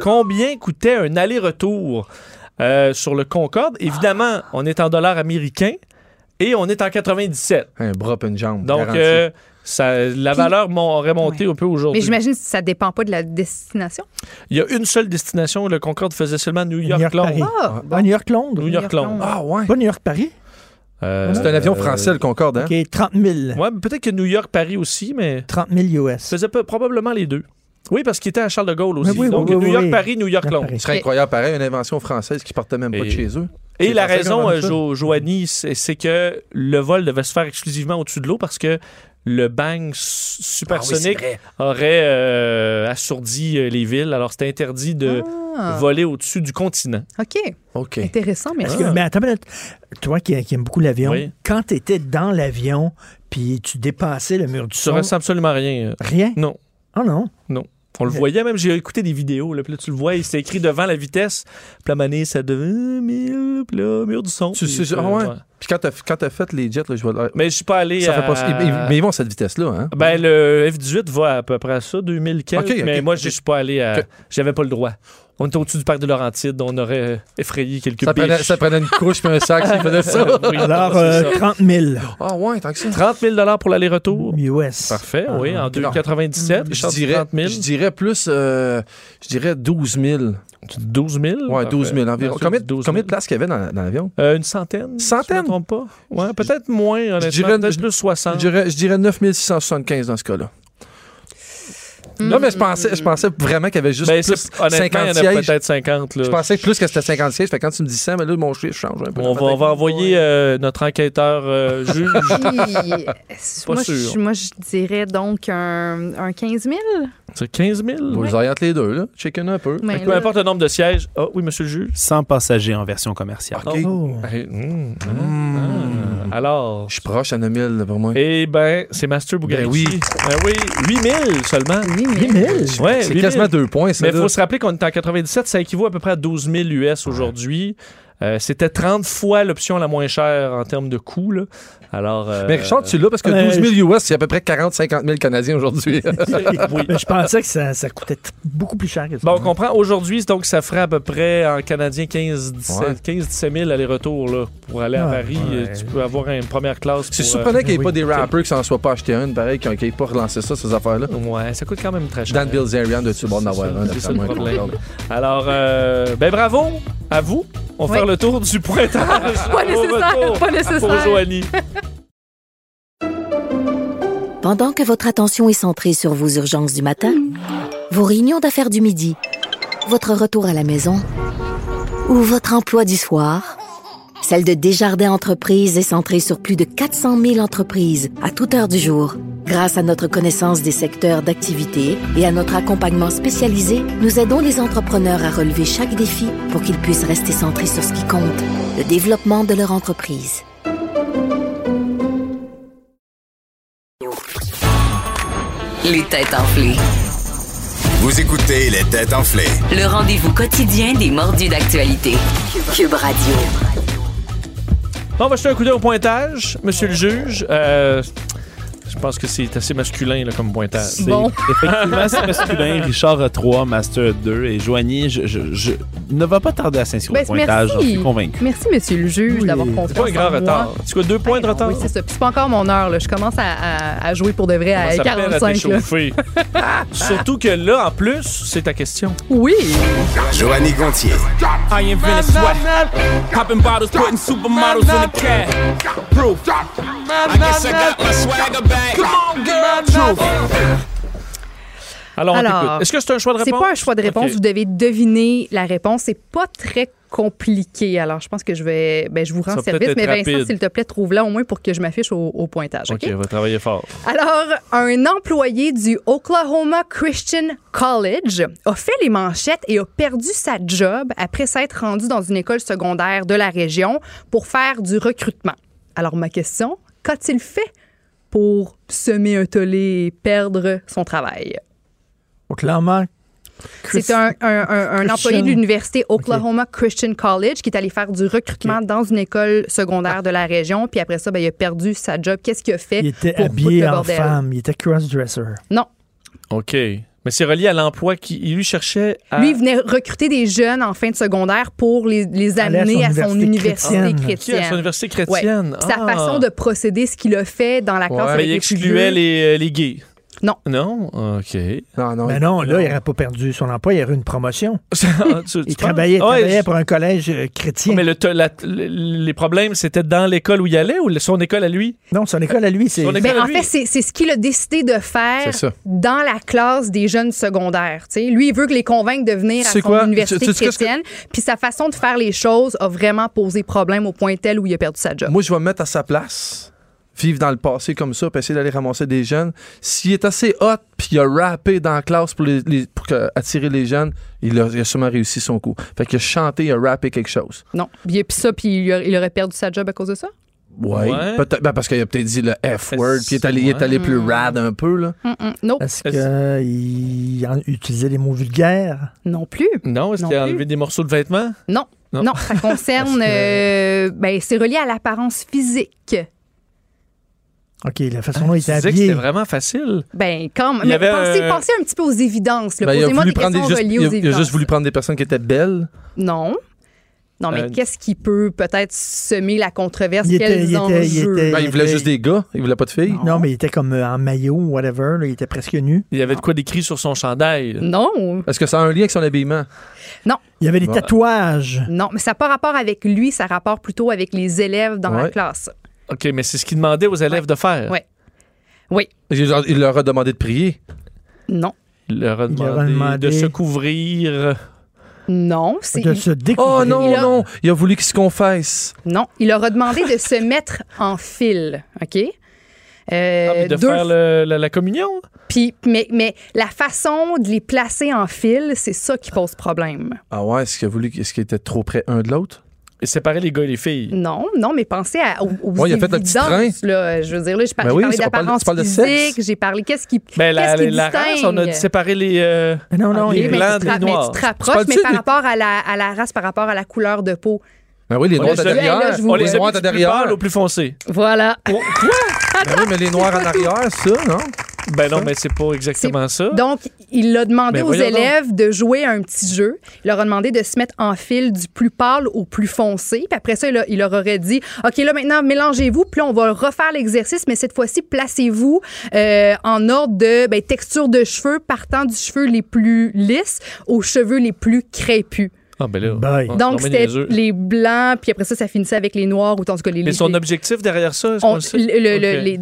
S3: combien coûtait un aller-retour euh, sur le Concorde. Évidemment, on est en dollars américains et on est en 97.
S6: euh, Un bras puis une jambe.
S3: Donc,
S6: garanti.
S3: euh, ça, la
S5: Puis-
S3: valeur mon- aurait monté un peu
S5: Mais
S3: aujourd'hui.
S5: j'imagine que ça dépend pas de la destination.
S3: Il y a une seule destination. Le Concorde faisait seulement New
S5: York, Paris.
S3: York-Londres.
S5: Ah,
S4: Ah,
S7: ben.
S4: New York-Londres.
S3: New York-Londres. Euh,
S4: Ah, ouais. Pas New York-Paris.
S6: C'est un avion français, le Concorde, hein?
S4: OK, 30 000.
S3: Ouais, mais peut-être que New York-Paris aussi, mais.
S4: 30 000 US.
S3: faisait peu- probablement les deux. Oui, parce qu'il était à Charles de Gaulle aussi.
S4: Oui, oui,
S3: Donc,
S4: oui, oui,
S3: New
S4: oui.
S3: York-Paris, New York-Londres.
S6: Ce serait incroyable, pareil, une invention française qui partait même pas de chez eux.
S3: Et
S6: Les
S3: la
S6: Français
S3: raison,
S6: inventent
S3: euh,
S6: ça.
S3: Jo- Joanie, c'est c'est que le vol devait se faire exclusivement au-dessus de l'eau parce que le bang s- supersonique
S6: Ah oui,
S3: aurait euh, assourdi euh, les villes. Alors, c'était interdit de
S5: Ah.
S3: voler au-dessus du continent.
S5: OK.
S6: OK.
S5: Intéressant, mais
S4: Est-ce que- mais attends une minute. Toi qui, qui aimes beaucoup l'avion,
S3: Ah. Oui.
S4: quand tu étais dans l'avion puis tu dépassais le mur du
S3: Ça
S4: son,
S3: ressemble absolument à rien. euh.
S4: rien?
S3: Non.
S4: Oh non.
S3: Non. On le voyait même, j'ai écouté des vidéos, là, puis là, tu le vois, il s'est écrit devant la vitesse, puis la manée, ça devient 1000, puis là, mur du son.
S6: Tu
S3: puis,
S6: sais, ah
S3: euh,
S6: ouais.
S3: ouais.
S6: Puis quand t'as, quand t'as fait les jets, là, je vois. là,
S3: Mais euh, je suis pas allé
S6: ça fait
S3: à-
S6: pas ça. Ils- ils- Mais ils vont à cette vitesse-là, hein?
S3: Ben, le F-18 va à peu près à ça, 2000 quelques,
S6: Ok, ok,
S3: mais moi, je
S6: ok.
S3: suis pas allé à...
S6: Ok.
S3: J'avais pas le droit. On était au-dessus du parc de Laurentides, on aurait euh, effrayé quelques
S6: Ça prenait,
S3: biches.
S6: ça prenait une couche puis un sac s'ils faisaient ça.
S3: Oui,
S4: Alors,
S3: c'est
S4: euh,
S3: ça.
S4: 30 000
S6: Ah ouais, tant que ça.
S3: 30 000 pour l'aller-retour.
S4: US.
S3: Parfait, oui, en
S6: Ah, non.
S3: 2,97.
S6: Je dirais,
S3: 30 000.
S6: je dirais plus, euh, je dirais 12 000.
S3: 12 000.
S6: Ouais, 12 000
S3: Parfait.
S6: environ.
S3: Ensuite,
S6: Combien,
S3: 12 000.
S6: combien de places qu'il y avait dans, dans l'avion?
S3: Euh, une centaine. si
S6: Centaine?
S3: je me trompe pas. Ouais, peut-être moins, honnêtement.
S6: dirais-
S3: peut-être
S6: je-
S3: plus
S6: Je
S3: 60.
S6: dirais, je dirais 9 675 dans ce cas-là. Non, mais je pensais, je pensais vraiment qu'il y avait juste
S3: Ben,
S6: plus
S3: c'est- honnêtement, il
S6: 50
S3: y en a
S6: sièges.
S3: peut-être 50. là.
S6: Je pensais plus que c'était 50 sièges. Fait que quand tu me dis ça, mais là, mon chiffre change un peu.
S3: On va, on va envoyer euh, notre enquêteur euh, juge.
S5: Puis, moi,
S3: sûr.
S5: je, moi, je dirais donc un, un 15 000.
S3: C'est 15 000?
S6: Vous les orientez les deux, là. Chicken un peu.
S5: Mais
S3: Peu
S5: Ben là-
S3: importe le nombre de sièges. Ah oui, monsieur le juge.
S7: 100 passagers en version commerciale.
S6: OK. hum,
S4: Oh.
S3: Ben, mm, ah, ah. Alors.
S6: Je suis proche à 9000 là, pour moi.
S3: Eh ben, c'est Master Bugatti.
S6: Ben oui.
S3: Ben oui, 8000 seulement.
S4: 10 000?
S3: Ouais,
S6: C'est
S3: 8 000.
S6: quasiment deux points, ça.
S3: Mais il
S6: là.
S3: faut se rappeler qu'on est en 97, ça équivaut à peu près à 12 000 US aujourd'hui. Euh, C'était 30 fois l'option la moins chère en termes de coût. là. Alors, euh,
S6: Mais Richard, tu l'as parce que
S4: Ouais,
S6: 12 000 US, c'est à peu près 40-50 000 Canadiens aujourd'hui.
S3: oui.
S4: Ben, Je pensais que ça, ça coûtait t- beaucoup plus cher que ça.
S3: Bon, on comprend. Aujourd'hui, donc, ça ferait à peu près en canadien 15-17
S6: Ouais. Ah,
S3: 15-17 000 aller-retour là, pour aller à
S4: Ouais.
S3: Paris. Euh, Tu peux avoir une première classe. pour,
S6: C'est
S3: euh,
S6: surprenant qu'il n'y ait
S4: oui.
S6: pas des rappers qui s'en soient pas acheté une, pareil, qui n'aient pas relancé ça, ces affaires-là.
S3: euh, Ouais, ça coûte quand même très cher.
S6: Dan Bilzerian, de tu bon d'en avoir
S3: ça,
S6: un,
S3: c'est ça
S6: d'après
S3: le
S6: moi.
S3: problème. Alors, euh, ben bravo à vous. On va
S5: Oui.
S3: faire le tour du pointage.
S5: Pas
S3: Au
S5: nécessaire,
S3: retour
S5: pas
S3: Pour
S5: nécessaire.
S3: Joanie.
S11: Pendant que votre attention est centrée sur vos urgences du matin, vos réunions d'affaires du midi, votre retour à la maison ou votre emploi du soir, celle de Desjardins Entreprises est centrée sur plus de 400 000 entreprises à toute heure du jour. Grâce à notre connaissance des secteurs d'activité et à notre accompagnement spécialisé, nous aidons les entrepreneurs à relever chaque défi pour qu'ils puissent rester centrés sur ce qui compte, le développement de leur entreprise.
S1: Les têtes enflées.
S2: Vous écoutez les têtes enflées.
S1: Le rendez-vous quotidien des mordus d'actualité. Cube Radio.
S3: Bon, on va jeter un coup d'œil au pointage, monsieur le juge. Euh, je pense que c'est assez masculin là, comme pointage.
S7: C'est-
S5: Bon.
S7: Effectivement, c'est masculin. Richard a 3, Master 2 et Joanie, je, je- je- ne va pas tarder à s'inscrire
S5: Ben,
S7: au pointage, j'en
S5: merci.
S7: suis convaincu.
S5: Merci, monsieur le juge, d'avoir confiance.
S3: C'est pas un grand
S5: en moi. Ah,
S3: retard. C'est quoi, deux points de retard?
S5: Oui, c'est ça. Puis c'est pas encore mon heure. Là. Je commence à, à- à jouer pour de vrai
S3: Comment
S5: à
S3: ça peine à
S5: 45. là.
S3: t'échauffer. Surtout que là, en plus, c'est ta question.
S5: Oui.
S2: Joanny Gontier.
S12: I invented sweat. Popping bottles, putting supermodels in the cab. Proof. I guess I got my swagger back. Come on, girl. Truth.
S3: Alors, on
S5: Alors,
S3: t'écoute. Est-ce que c'est un choix de
S5: C'est
S3: réponse?
S5: pas un choix de réponse.
S3: Ok.
S5: Vous devez deviner la réponse. C'est pas très compliqué. Alors, je pense que je vais. Ben, je vous
S3: Ça
S5: rends
S3: va
S5: service.
S3: peut-être
S5: Mais
S3: être
S5: Vincent,
S3: rapide.
S5: s'il te plaît, trouve-la au moins pour que je m'affiche au, au pointage.
S3: OK, on va travailler fort.
S5: Alors, un employé du Oklahoma Christian College a fait les manchettes et a perdu sa job après s'être rendu dans une école secondaire de la région pour faire du recrutement. Alors, ma question, qu'a-t-il fait pour semer un tollé et perdre son travail?
S4: Donc, clairement,
S5: C'est un, un- un- un employé de l'université Oklahoma Christian College qui est allé faire du recrutement dans une école secondaire de la région. Puis après ça, ben, il a perdu sa job. Qu'est-ce qu'il a fait
S4: il était
S5: pour foutre
S4: habillé
S5: le
S4: en
S5: bordel?
S4: femme. Il était cross-dresser.
S5: Non,
S3: OK. Mais c'est relié à l'emploi qui il lui cherchait à...
S5: Lui, il venait recruter des jeunes en fin de secondaire pour les, les amener à son université chrétienne.
S3: Ok, à son université chrétienne.
S5: Ouais. Sa
S3: Ah.
S5: façon de procéder, ce qu'il a fait dans la classe
S3: Ouais. Mais
S5: avec
S3: il
S5: les plus
S3: excluait
S5: vieux.
S3: les, les gays.
S5: Non.
S3: Non? OK.
S6: Non, non.
S4: Mais non, là, il n'aurait pas perdu son emploi, il aurait eu une promotion.
S3: il
S4: travaillait, il travaillait pour un collège euh, chrétien.
S3: Mais le te- la- le- les problèmes, c'était dans l'école où il allait ou le- son école à lui?
S4: Non, son école à lui, c'est...
S3: Son école
S5: Ben,
S3: à
S5: en
S3: lui.
S5: fait, c'est c'est ce qu'il a décidé de faire
S3: C'est ça.
S5: dans la classe des jeunes secondaires. tu sais. Lui, il veut que les convaincre de venir à
S6: C'est
S5: son
S6: quoi?
S5: université
S6: Tu- tu- tu- qu'est-ce que-
S5: chrétienne. Puis sa façon de faire les choses a vraiment posé problème au point tel où il a perdu sa job.
S6: Moi, je vais me mettre à sa place, vivre dans le passé comme ça, puis essayer d'aller ramasser des jeunes. S'il est assez hot, puis il a rappé dans la classe pour, les, les- pour que- attirer les jeunes, il a, il a sûrement réussi son coup. Fait qu'il a chanté, il a rappé quelque chose.
S5: Non. Puis puis ça, puis il, a- il aurait perdu sa job à cause de ça?
S6: Ouais.
S3: Ouais.
S6: Peut-être, ben, parce qu'il a peut-être dit le F-word, puis il est allé, il est allé plus rad un peu, là.
S5: Mm-mm. Non.
S6: Euh,
S4: Est-ce qu'il euh, utilisait des mots vulgaires?
S5: Non plus.
S3: Non, est-ce
S5: Non
S3: qu'il a
S5: plus.
S3: enlevé des morceaux de vêtements?
S5: Non.
S3: Non.
S5: Non, ça concerne. euh, ben, c'est relié à l'apparence physique.
S4: OK, la façon dont il était
S3: Ah, Tu disais que c'était
S4: habillé.
S3: vraiment facile.
S5: Ben, comme.
S3: Il y
S5: mais
S3: avait
S5: pensez,
S3: un-
S5: pensez un petit peu aux évidences. là.
S6: Ben, il, a
S5: Posez-moi
S6: voulu
S5: des
S6: prendre des
S5: questions
S6: juste,
S5: reliées
S6: il,
S5: aux
S6: a, il a
S5: évidences.
S6: juste voulu prendre des personnes qui étaient belles.
S5: Non. Non, mais
S3: Euh,
S5: qu'est-ce qui peut peut-être semer la controverse?
S4: Il était-
S5: Quels
S4: il était-
S5: enjeux?
S4: il était-
S6: Ben, il voulait
S4: mais-
S6: juste des gars, il voulait pas de filles.
S4: Non, mais il était comme euh, en maillot, whatever. là, il était presque nu.
S3: Il y avait de quoi d'écrit sur son chandail.
S5: Mm. Non,
S6: Est-ce que ça a un lien avec son habillement?
S4: Il y avait des
S3: Bah.
S6: Bon.
S4: tatouages.
S5: non, mais ça n'a pas rapport avec lui, ça a rapport plutôt avec les élèves dans la
S6: Ouais.
S5: classe.
S3: OK, mais c'est ce qu'il demandait aux élèves de faire.
S5: Ouais. Oui,
S6: Il leur- il leur a demandé de prier.
S5: non,
S3: Il leur a
S4: Il leur
S3: demandé,
S4: a
S3: de
S4: demandé-
S3: se
S5: Euh,
S3: couvrir.
S5: non, c'est.
S4: De se découvrir.
S6: Oh non,
S5: Il a-
S6: non! Il a voulu qu'ils se confessent.
S5: Non, il leur a demandé de se mettre en file, OK? Euh,
S3: Ah, mais de
S5: deux-
S3: faire le- la, la communion?
S5: puis- mais, mais la façon de les placer en file, c'est ça qui pose problème.
S6: Ah ouais, est-ce qu'il a voulu, est-ce qu'ils étaient trop près un de l'autre?
S3: Et séparer les gars et les filles.
S5: Non, non, mais pensez à, aux, aux
S6: Ouais, il a fait le petit
S5: évidences,
S6: train.
S5: là. Je veux dire, là, j'ai par-
S6: Ben
S5: j'ai
S6: oui,
S5: parlé
S6: c'est pas-
S5: d'apparence
S6: tu parles de
S5: physique,
S6: sexe.
S5: j'ai parlé... Qu'est-ce qui,
S3: Ben, la,
S5: qu'est-ce qui
S3: la race, on a
S5: distingue?
S3: séparé les, euh,
S4: Mais non, non,
S3: les
S4: il-
S5: mais,
S3: blancs
S5: tu
S3: des
S5: te- mais
S3: noirs.
S5: tu te rapproches, mais
S6: parles-tu
S5: par
S6: des-
S5: rapport à la, à la race, par rapport à la couleur de peau.
S6: Ben oui, les noirs
S3: les
S6: à
S3: a-
S5: là,
S6: derrière.
S5: je vous
S3: On Oh, les
S5: vois.
S3: a
S6: noirs
S3: mis
S6: à
S3: du plus pâle
S6: derrière.
S3: au plus foncé.
S5: Voilà.
S6: Ben oui, mais les noirs en arrière, ça, non?
S3: Ben non, mais c'est pas exactement ça.
S5: Donc, il a demandé
S3: Ben,
S5: aux
S3: voyons donc.
S5: élèves de jouer à un petit jeu. Il leur a demandé de se mettre en file du plus pâle au plus foncé. Puis après ça, il, a- il leur aurait dit OK, là, maintenant, mélangez-vous. Puis là, on va refaire l'exercice, mais cette fois-ci, placez-vous euh, en ordre de ben, texture de cheveux, partant du cheveux les plus lisses aux cheveux les plus crépus.
S3: Ah, ben là.
S4: Bye.
S3: Ah,
S5: Donc,
S3: c'est
S5: c'était
S3: niaiseux.
S5: les blancs, puis après ça, ça finissait avec les noirs, ou en tout cas les
S3: Mais
S5: les-
S3: son objectif derrière ça, est-ce qu'on
S5: on-
S3: le sait?
S5: le- le- le-
S3: Ok.
S5: les-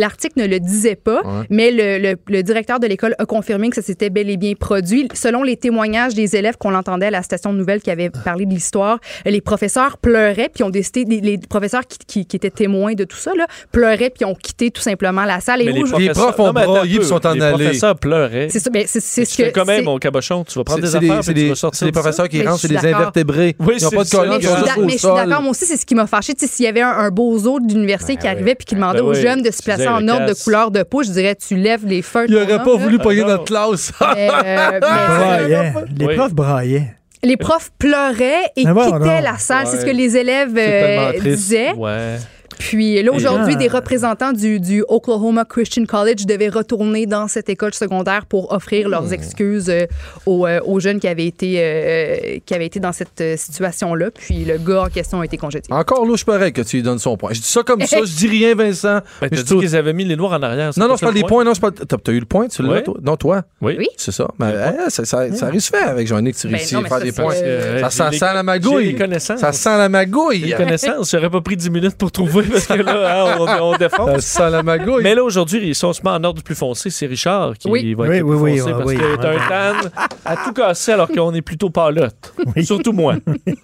S5: L'article ne le disait pas, mais le, le- le directeur de l'école a confirmé que ça s'était bel et bien produit. Selon les témoignages des élèves qu'on entendait à la station de nouvelles qui avait parlé de l'histoire, les professeurs pleuraient puis ont décidé, les, les professeurs qui, qui- qui étaient témoins de tout ça, là, pleuraient puis ont quitté tout simplement la salle. Et
S3: Mais
S5: où je-
S6: Les profs ont
S3: non, mais attends
S6: broyé
S3: un
S6: puis
S3: peu.
S6: sont en
S3: les
S6: allés.
S3: Les professeurs pleuraient.
S5: c'est ça, mais c'est- c'est
S3: Tu
S5: ce que.
S3: fais quand
S5: c'est-
S3: même, mon cabochon. Tu vas prendre des
S6: C'est- c'est des-
S3: affaires
S6: c'est
S3: puis tu
S6: des-
S3: vas
S6: c'est
S3: sortir
S6: des
S3: de ça.
S6: professeurs qui
S5: Mais
S6: rentrent,
S5: je
S6: c'est
S5: suis
S6: des
S5: d'accord.
S6: invertébrés.
S3: Oui,
S6: Ils n'ont
S3: c'est
S6: pas de
S3: ça.
S6: colonne,
S5: Mais
S6: ils
S5: je
S6: sont
S5: suis
S3: Quelque
S5: d'a-
S6: juste
S5: mais
S6: au
S5: je suis
S6: sol.
S5: d'accord, moi aussi, c'est ce qui m'a fâché. Tu sais, s'il y avait un, un bozo d'université qui arrivait puis qui demandait
S3: Ben
S5: aux
S3: oui.
S5: jeunes de
S3: Tu
S5: se placer
S3: disais,
S5: en
S3: le
S5: ordre de
S3: casse.
S5: couleur de peau, je dirais, tu lèves les feux.
S6: Ils n'auraient pas voulu pogner
S3: Ah,
S6: notre classe.
S5: Mais, euh, mais-
S4: Braillaient. Les
S3: Oui.
S4: profs braillaient.
S5: les profs pleuraient et
S4: Mais bon, non.
S5: quittaient la salle. C'est ce que
S6: Ouais.
S5: les élèves
S6: C'est tellement
S5: euh,
S6: triste.
S5: disaient.
S3: Ouais. Ben,
S5: Puis là, aujourd'hui,
S4: Et-
S5: des représentants du, du Oklahoma Christian College devaient retourner dans cette école secondaire pour offrir leurs excuses euh, aux, euh, aux jeunes qui avaient été, euh, qui avaient été dans cette euh, situation-là. Puis le gars en question a été congédié.
S6: Encore là, je parais que tu lui donnes son point. Je dis ça comme ça, je dis rien, Vincent.
S3: Ben,
S6: Mais
S3: t'as
S6: je
S3: dit
S6: trouve-
S3: qu'ils avaient mis les noirs en arrière. c'est
S6: Non,
S3: pas
S6: non, je
S3: ça
S6: parle
S3: le point?
S6: des points. Non, je parle... T'as t'as eu le point, tu l'as,
S3: Oui.
S6: toi? Non, toi.
S3: Oui.
S6: C'est ça. Ben, hein, ça, ça- ça arrive souvent avec Jean-Nic, tu
S5: Ben
S6: réussis
S5: non,
S6: à
S5: mais
S6: faire
S5: ça,
S6: des
S5: c'est-
S6: points.
S3: Euh,
S6: Ça
S3: j'ai
S6: sent ça
S3: des-
S6: la
S3: J'ai
S6: magouille.
S3: des connaissances.
S6: Ça sent la magouille.
S3: Des connaissances. J'aurais pas pris 10 minutes pour trouver parce que là, hein, on, on défonce.
S6: Ça sent la magouille.
S3: Mais là, aujourd'hui, si on se met en ordre du plus foncé, c'est Richard qui
S5: Oui.
S3: va être
S4: Oui,
S3: le plus
S4: oui, oui,
S3: foncé
S4: oui,
S3: parce
S4: oui.
S3: que t'as un tan à tout casser alors qu'on est plutôt palotte. Surtout moi.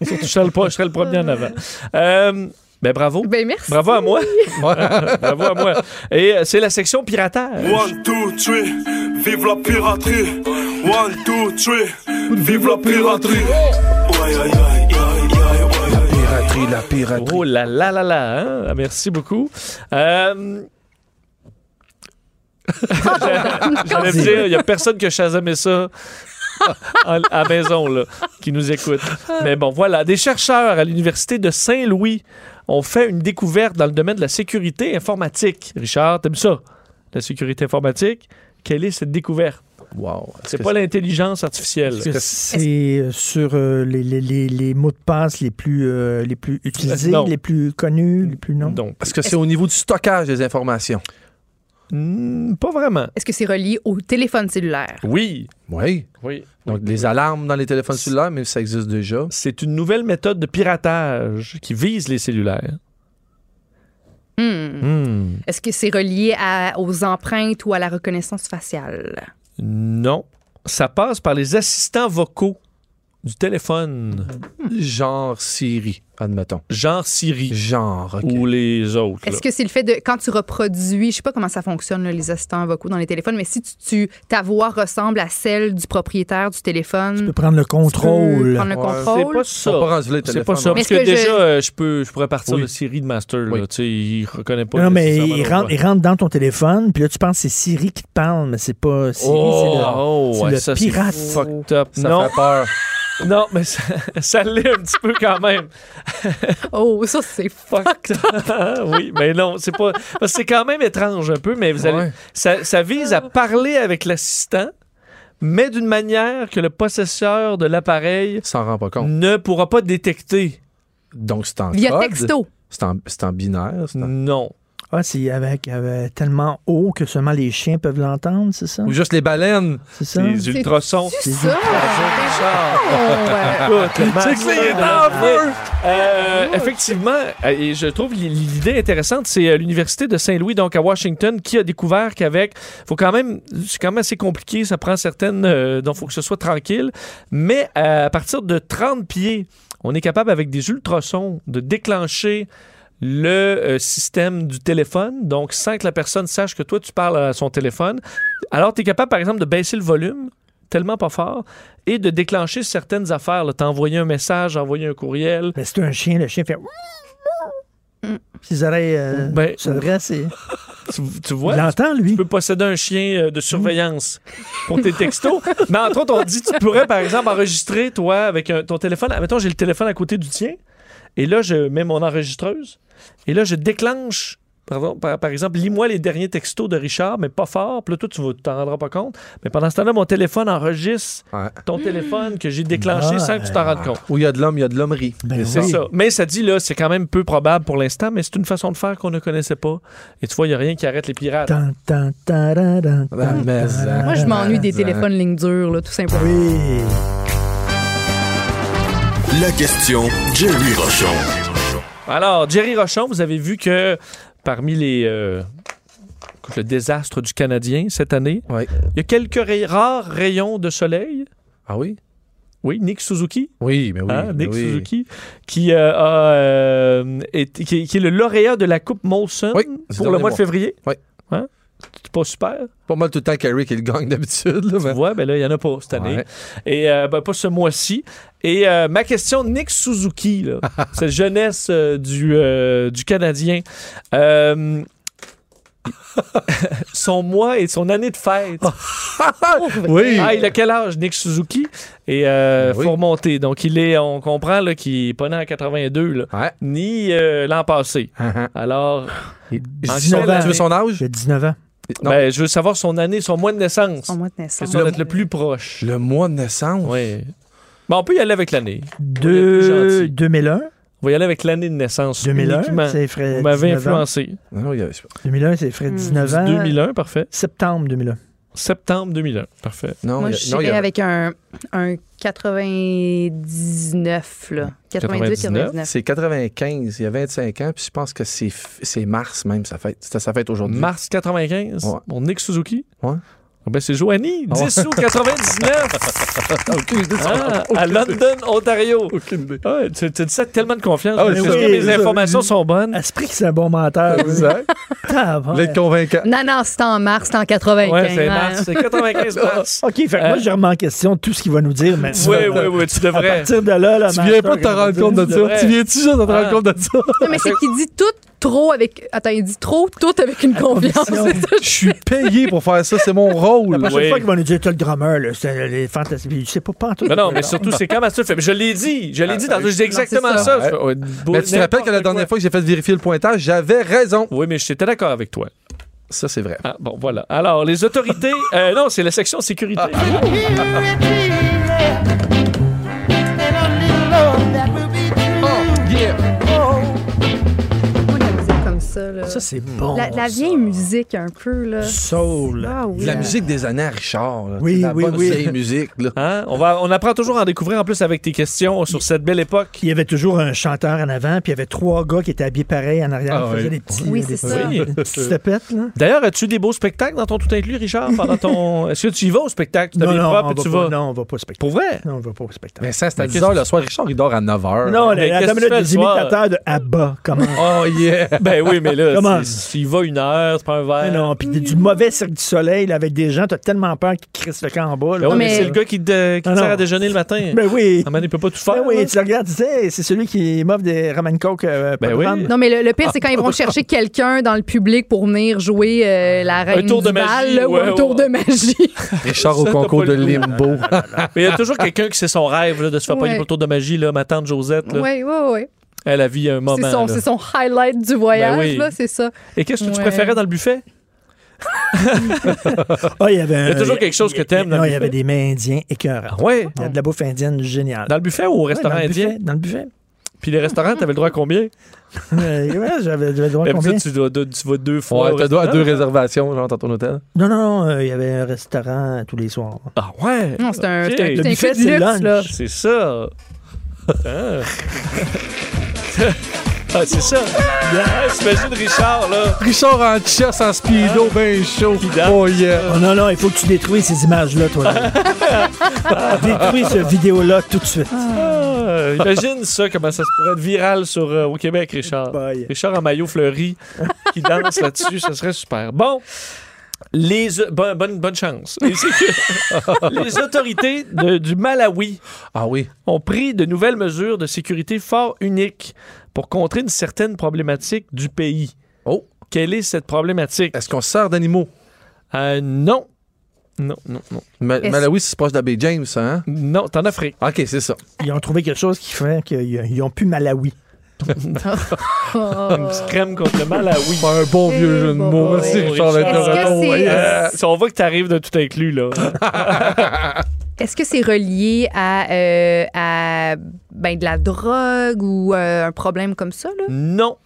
S3: Surtout, je serais le, pas- je serais le premier en avant. Euh, ben bravo.
S5: Ben merci.
S3: Bravo à moi. bravo à moi. Et euh, c'est la section piratage.
S10: One, two, three, vive la piraterie. One, two, three, vive la piraterie. Ouais, aïe, aïe, aïe, aïe, aïe, aïe.
S6: Piraterie, la piraterie.
S3: Oh là là là là. hein? Merci beaucoup. Euh, J'allais dire, il n'y a personne que Shazamait ça en- à la maison là, qui nous écoute. Mais bon, voilà. Des chercheurs à l'Université de Saint-Louis ont fait une découverte dans le domaine de la sécurité informatique. Richard, t'aimes ça? La sécurité informatique? Quelle est cette découverte?
S6: Wow.
S3: C'est pas l'intelligence artificielle.
S4: Est-ce que c'est euh, sur euh, les, les, les, les mots de passe les plus, euh, les plus utilisés,
S6: Non.
S4: les plus connus, les plus non?
S3: Non.
S6: Parce que c'est au niveau du stockage des informations.
S3: hmm, pas vraiment.
S5: Est-ce que c'est relié au téléphone cellulaire?
S3: Oui.
S6: Oui.
S3: Oui.
S6: Donc, les alarmes dans les téléphones cellulaires, mais ça existe déjà.
S3: C'est une nouvelle méthode de piratage qui vise les cellulaires.
S5: Hmm. Est-ce que c'est relié à- aux empreintes ou à la reconnaissance faciale?
S3: Non. Ça passe par les assistants vocaux du téléphone.
S6: Genre Siri, admettons.
S3: Genre Siri.
S6: Genre,
S3: Ou les autres.
S5: Est-ce que c'est le fait de quand tu reproduis, je sais pas comment ça fonctionne là, les assistants vocaux dans les téléphones, mais si tu, tu- ta voix ressemble à celle du propriétaire du téléphone, tu peux
S4: prendre le contrôle.
S5: prendre le contrôle.
S3: C'est
S6: On peut
S3: pas ça.
S6: renouveler le
S3: C'est
S6: téléphone,
S3: pas ça.
S5: Mais
S3: Parce
S5: est-ce
S3: que,
S5: que je-
S3: déjà, euh, je, peux, je pourrais partir
S6: Oui.
S3: de Siri de Master. là, tu sais, il reconnaît pas.
S4: Non, mais
S3: nécessairement
S4: il
S3: nos
S4: rentre,
S3: voix.
S4: il rentre dans ton téléphone, puis là, tu penses que c'est Siri qui te parle, mais c'est pas Siri, c'est le,
S3: Oh,
S4: c'est
S3: ouais,
S4: le
S3: ça, c'est
S4: pirate.
S3: fucked up.
S6: Ça
S3: non,
S6: fait peur.
S3: non, mais ça, ça l'est un petit peu quand même.
S5: Oh, ça c'est fuck.
S3: oui, mais non, c'est pas. Parce que c'est quand même étrange un peu, mais vous allez.
S6: Ouais.
S3: Ça, ça vise à parler avec l'assistant, mais d'une manière que le possesseur de l'appareil
S6: Ça s'en rend pas compte.
S3: ne pourra pas détecter.
S6: Donc, c'est en
S5: Via
S6: code.
S5: texto.
S6: C'est en, c'est en binaire. c'est en-
S3: Non.
S4: Ah, c'est avec, avec tellement haut que seulement les chiens peuvent l'entendre, c'est ça?
S6: Ou juste les baleines.
S4: C'est ça?
S3: Les ultrasons.
S5: C'est ça.
S3: Ah,
S5: Oh,
S3: écoute, le maximum de la vie. Euh, effectivement, euh, et je trouve l'i- l'idée intéressante, c'est euh, l'université de Saint-Louis, donc à Washington, qui a découvert qu'avec, faut quand même, c'est quand même assez compliqué, ça prend certaines, euh, donc faut que ce soit tranquille, mais euh, à partir de 30 pieds, on est capable avec des ultrasons de déclencher le euh, système du téléphone, donc sans que la personne sache que toi tu parles à son téléphone. Alors tu es capable par exemple de baisser le volume tellement pas fort et de déclencher certaines affaires, là. t'envoyer un message, envoyer un courriel,
S4: Mais Ben, c'est un chien, le chien fait. Ses oreilles euh,
S3: Ben-
S4: se dressent et-
S3: tu, tu vois,
S4: Il
S3: tu
S4: l'entend, lui.
S3: peux posséder un chien euh, de surveillance pour tes textos. Mais entre autres, on dit tu pourrais, par exemple, enregistrer, toi, avec un- ton téléphone. Admettons, j'ai le téléphone à côté du tien, et là, je mets mon enregistreuse, et là, je déclenche. Pardon, par, par exemple, lis-moi les derniers textos de Richard, mais pas fort. Puis là, toi, tu ne t'en rendras pas compte. Mais pendant ce temps-là, mon téléphone enregistre
S6: Ouais.
S3: ton téléphone que j'ai déclenché
S4: Ah,
S3: sans que tu t'en rendes compte.
S6: Où il y a de l'homme, il y a de l'hommerie.
S4: Ben
S3: C'est
S4: oui.
S3: ça. Mais ça dit, là, c'est quand même peu probable pour l'instant, mais c'est une façon de faire qu'on ne connaissait pas. Et tu vois, il n'y a rien qui arrête les pirates.
S4: Tan, tan, taran, tan,
S3: Ah,
S6: Ben,
S4: tan,
S6: mais-
S4: taran.
S5: Moi, je m'ennuie des
S6: Ah.
S5: téléphones ligne dure, là, tout simplement.
S4: Oui.
S2: La question Jerry Rochon.
S3: Alors, Jerry Rochon, vous avez vu que parmi les. euh, écoute, le désastre du Canadien cette année,
S6: Ouais.
S3: il y a quelques ray- rares rayons de soleil.
S6: Ah oui?
S3: Oui, Nick Suzuki.
S6: Oui, mais oui.
S3: hein,
S6: mais
S3: Nick
S6: oui.
S3: Suzuki, qui, euh, a, euh, été- qui, qui est le lauréat de la Coupe Molson
S6: Oui, c'est
S3: pour le
S6: dernier
S3: mois de
S6: mois.
S3: février.
S6: Oui.
S3: Hein? C'est pas super.
S6: Pas mal tout le temps Carrie qui le gagne d'habitude. là, mais-
S3: Tu vois, ben là, il n'y en a pas cette année.
S6: Euh. Ouais.
S3: Et euh, ben, pas ce mois-ci. Et euh, ma question, Nick Suzuki, là, cette jeunesse euh, du, euh, du Canadien. Euh, son mois et son année de fête.
S6: Ah, oui.
S3: Ah, il a quel âge, Nick Suzuki? Et euh,
S6: Ben oui.
S3: faut remonter. Donc, il est, on comprend là, qu'il n'est pas né en 82, là,
S6: Ouais.
S3: ni euh, l'an passé.
S6: Ah, ah.
S3: Alors,
S6: Je
S3: En
S6: dis son-
S3: quelle
S6: Tu veux son âge?
S4: J'ai 19 ans.
S6: Non.
S3: ben, je veux savoir son année, son mois de naissance.
S5: Son mois de
S3: Que
S5: naissance.
S3: tu vas être le plus proche.
S6: Le mois de naissance?
S3: Oui. Ben, on peut y aller avec l'année.
S4: Deux-
S3: gentil.
S4: 2001.
S3: On va y aller avec l'année de naissance.
S4: 2001,
S3: uniquement.
S4: c'est frais.
S6: Euh,
S3: Vous m'avez
S4: 19 ans.
S3: influencé.
S6: Non, non, il y avait-
S4: 2001, c'est frais
S5: Hmm.
S4: 19 ans.
S3: 2001, parfait.
S4: Septembre 2001.
S3: Septembre 2001, parfait.
S6: non,
S5: Moi,
S6: il y a-
S5: je
S6: non, il y
S5: serais
S6: a-
S5: avec un, un 99, là. 98, 99.
S6: C'est 95, il y a 25 ans, puis je pense que c'est f- c'est mars même, sa fête. C'était sa fête aujourd'hui.
S3: Mars 95,
S6: Ouais.
S3: mon Nick Suzuki.
S6: Ouais.
S3: Ah Ben c'est Joanie, 10 août 99,
S6: Aucune idée de son
S3: hein,
S6: âge.
S3: à London, Ontario.
S6: Aucune idée.
S3: Ah, tu, tu dis ça avec tellement de confiance.
S6: Ah,
S3: je
S6: oui,
S3: suis
S6: oui,
S3: sûr que mes
S4: oui,
S3: informations
S4: oui.
S3: sont bonnes.
S4: Esprit que c'est un bon menteur.
S6: Exact.
S4: Tabarnak.
S6: L'être convaincant.
S5: Non, non, c'est en mars, c'est en 95.
S3: Ouais, c'est
S5: hein.
S3: mars, c'est 95 mars.
S4: OK, fait que
S3: Euh,
S4: moi, je remets en question tout ce qu'il va nous dire maintenant.
S3: Oui, oui, oui, tu
S4: À
S3: devrais.
S4: partir de là, là
S6: Tu viens pas de te rendre compte de
S3: c'est
S6: ça.
S3: vrai.
S6: Tu viens-tu juste de te
S3: Ah.
S6: rendre compte de ça?
S5: Non, mais c'est qu'il dit tout trop avec. Attends, il dit trop, tout avec une confiance.
S4: conviction.
S6: Je suis payé pour faire ça, c'est mon rôle.
S4: La prochaine
S3: Oui.
S4: fois qu'il va nous dire, t'as le drummer, là, c'est euh, les fantasmes. Je sais pas, pas en tout.
S3: Mais non, mais surtout, c'est quand Mathieu fait. Je l'ai dit, je l'ai dit, dans, je dis exactement
S5: c'est
S3: ça.
S6: Ah, ça.
S3: Je fais, oh, ouais,
S6: Mais tu te rappelles que la
S3: n'importe
S6: dernière
S3: quoi.
S6: fois que j'ai fait vérifier le pointage, j'avais raison.
S3: Oui, mais j'étais d'accord avec toi.
S6: Ça, c'est vrai.
S3: Ah, bon, voilà. Alors, les autorités. euh, non, c'est la section sécurité.
S6: Oh,
S5: Moi, la musique comme ça, là.
S4: Ça, c'est bon,
S5: La, la vieille musique, un peu, là.
S4: Soul.
S5: Ah oui.
S6: La musique des années à Richard. là.
S3: Oui,
S6: Tu sais, la
S3: oui,
S6: bonne
S3: oui.
S6: vieille musique. là.
S3: Hein? On, va, on apprend toujours à en découvrir en plus avec tes questions sur cette belle époque.
S4: Il y avait toujours un chanteur en avant, puis il y avait trois gars qui étaient habillés pareil en arrière.
S3: Ah
S4: ils faisaient
S3: oui.
S4: des petits, euh,
S3: Oui,
S4: des
S3: c'est ça.
S4: petits-
S3: Oui.
S4: des petites tapettes, là.
S3: D'ailleurs, as-tu des beaux spectacles dans ton tout inclus, Richard? Pendant ton... Est-ce que tu y vas au spectacle? Tu
S4: Non,
S3: t'habilles
S4: non,
S3: propre
S4: on
S3: et
S4: va
S3: tu
S4: pas-
S3: vas?
S4: non, on va pas au spectacle.
S3: Pour vrai?
S4: Non, on va pas au spectacle.
S6: Vincent, c'est à
S3: Mais
S6: 10 h le soir. Richard, il dort à 9 h.
S4: Non,
S3: Mais
S4: la,
S3: qu'est-ce
S4: la
S3: que tu fais le
S4: des
S3: soir?
S4: imitateurs de Abba, comment?
S3: Oh yeah! Ben oui, mais là,
S4: Comment?
S3: c'est- s'il va une heure, c'est pas un verre.
S4: non, puis
S3: Mm.
S4: du mauvais cirque du soleil, là, avec des gens, t'as tellement peur qu'ils crissent le camp en bas.
S3: Ben
S4: là.
S3: oui, mais c'est le gars qui te, qui te
S4: Ah non.
S3: sert à déjeuner le matin.
S4: Ben oui.
S3: Ah, man, il peut pas tout faire.
S4: Ben oui,
S3: là.
S4: tu le regardes, tu sais, c'est celui qui m'offre des Roman Coke. euh, pas
S3: Ben
S4: de
S3: oui.
S4: rhum.
S5: Non, mais le, le pire, c'est quand ils vont chercher quelqu'un dans le public pour venir jouer euh, la reine
S3: tour
S5: du
S3: de magie,
S5: bal, là, ou
S3: ouais,
S5: un
S3: ouais.
S5: tour de magie.
S6: Richard au
S3: Ça, t'as
S6: concours
S3: pas
S6: de
S3: le goût. Ah,
S6: Limbo.
S3: Mais il y a toujours quelqu'un qui c'est son rêve là, de se faire
S5: Ouais.
S3: pogner pour le tour de magie. Là. Ma tante Josette, là,
S5: Oui, oui, oui.
S3: elle a vu un moment.
S5: C'est
S3: ben,
S5: son,
S3: là.
S5: c'est son highlight du voyage,
S3: Ben oui.
S5: là, c'est ça.
S3: Et qu'est-ce que tu
S5: Ouais.
S3: préférais dans le buffet?
S4: Ah, il y avait
S3: Il y a toujours quelque chose que t'aimes dans
S4: Non,
S3: le
S4: il y avait
S3: buffet. Ah
S4: des mains indiens écœurants.
S3: Ouais.
S4: Il y a de la bouffe indienne géniale.
S3: Dans le buffet ou au restaurant
S4: Ouais, dans le
S3: indien?
S4: buffet, Dans le buffet.
S3: Puis les restaurants, t'avais le droit à combien?
S4: Euh, ouais, j'avais j'avais le droit à
S3: Même
S4: combien?
S3: ça, tu, dois, deux- tu vas deux fois.
S6: Ouais,
S3: au
S6: t'as droit à deux
S3: restaurant.
S6: réservations, genre, dans ton hôtel.
S4: Non, non, non, euh, il y avait un restaurant tous les soirs.
S3: Ah ouais?
S5: Non, c'est un,
S3: Ok.
S5: c'est un-
S3: Le
S5: c'est un
S4: buffet,
S5: club
S4: c'est
S5: luxe,
S4: lunch.
S5: là.
S3: C'est ça. Ah. Ah, c'est ça. Ah, T'imagines Richard, là.
S6: Richard en chess, en speedo, ben chaud.
S3: Ah. danse.
S6: Oh yeah.
S4: Oh non, non, il faut que tu détruis ces images-là, toi. là. Détruis cette vidéo-là tout de suite.
S3: Ah, imagine ça, comment ça se pourrait être viral sur, euh, au Québec, Richard.
S4: Bye.
S3: Richard en maillot fleuri qui danse là-dessus, ça serait super. Bon. Les, euh, bon- bonne, bonne chance. Et c'est que les autorités de- du Malawi
S6: Ah oui.
S3: ont pris de nouvelles mesures de sécurité fort uniques pour contrer une certaine problématique du pays.
S6: Oh.
S3: Quelle est cette problématique?
S6: Est-ce qu'on se sert d'animaux?
S3: Euh, non. Non, non, non.
S6: Ma-
S5: Est-ce-
S6: Malawi, c'est proche d'Abbé James, ça, hein?
S3: Non, t'en Afrique.
S6: OK, c'est ça.
S4: Ils ont trouvé quelque chose qui fait qu'ils ont pu Malawi.
S5: Oh.
S3: Une petite crème contre le ah Malawi.
S6: Pas un bon vieux
S5: Eh,
S6: jeu de
S5: bon,
S6: mots.
S5: bon,
S6: Merci,
S5: bon,
S6: Richard
S3: Richard.
S6: Letourneau.
S5: Est-ce que c'est-
S6: Ouais.
S3: Euh, si on voit que t'arrives de tout inclus, là.
S5: Est-ce que c'est relié à, euh, à ben, de la drogue ou euh, un problème comme ça, là?
S3: non.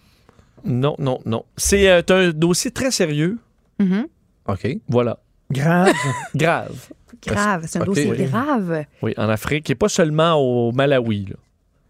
S3: Non, non, non. C'est euh, un dossier très sérieux.
S5: Mhm.
S6: OK.
S3: Voilà.
S4: Grave.
S3: Grave.
S5: Grave, c'est un
S6: Ok,
S5: dossier
S6: oui.
S5: grave.
S3: Oui, en Afrique. Et pas seulement au Malawi, là.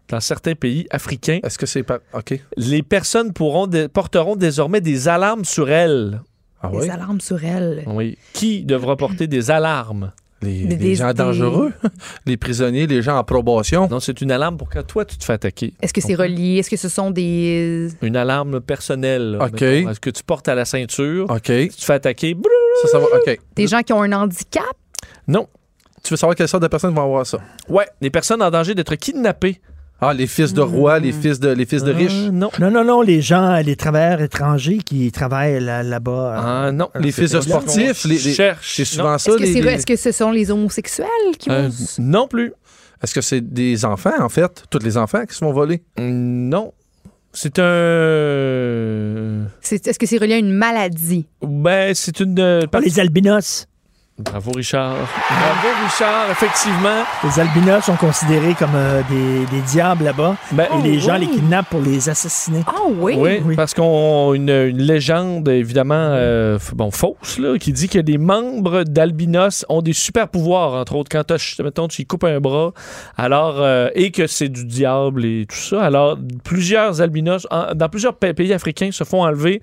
S3: Dans certains pays africains,
S6: Est-ce que c'est pas. OK.
S3: les personnes pourront dé- porteront désormais des alarmes sur elles.
S6: Ah
S5: Des
S6: oui?
S5: alarmes sur elle.
S3: Oui. Qui devra porter des alarmes?
S6: Les,
S5: Des-
S6: les
S5: des-
S6: gens
S5: des-
S6: dangereux, les prisonniers, les gens en probation.
S3: Non, c'est une alarme pour quand toi, tu te fais attaquer.
S5: Est-ce que c'est relié? Est-ce que ce sont des...
S3: Une alarme personnelle. là,
S6: OK.
S3: mettons, ce que tu portes à la ceinture.
S6: OK. Ça,
S3: Tu te fais attaquer. brrr,
S6: ça va. OK.
S5: des gens qui ont un handicap?
S3: Non.
S6: Tu veux savoir quelle sorte de personnes vont avoir ça?
S3: Ouais, les personnes en danger d'être kidnappées.
S6: Ah, les fils de rois, les
S5: Mm-hmm.
S6: fils de, les fils de riches.
S3: Ah, non.
S4: Non, non, non, les gens, les travailleurs étrangers qui travaillent là- là-bas. hein.
S3: Ah, non.
S6: Les fils de
S3: C'est pas ce qu'on
S6: sportifs, les- les-
S3: cherche.
S6: C'est souvent ça.
S5: Est-ce que,
S6: les-
S5: c'est-
S6: les-
S5: est-ce que ce sont les homosexuels qui
S3: Non.
S5: vont...
S3: Euh, non plus.
S6: Est-ce que c'est des enfants, en fait? Tous les enfants qui se font voler?
S3: Mm, Non. C'est un.
S5: C'est- Est-ce que c'est relié à une maladie?
S3: Ben, c'est une. euh,
S4: Pas
S6: Oh,
S3: par-
S4: les albinos.
S3: Bravo, Richard. Bravo, Richard. Effectivement.
S4: Les albinos sont considérés comme euh, des, des diables là-bas.
S3: Ben,
S6: Oh,
S4: et les gens
S5: oui.
S4: les kidnappent pour les assassiner.
S5: Ah oui?
S3: Oui,
S4: oui.
S3: parce qu'on une, une légende évidemment euh, f- bon fausse là, qui dit que les membres d'albinos ont des super pouvoirs entre autres quand t'as ch- mettons tu y coupes un bras alors euh, et que c'est du diable et tout ça alors plusieurs albinos en- dans plusieurs pa- pays africains se font enlever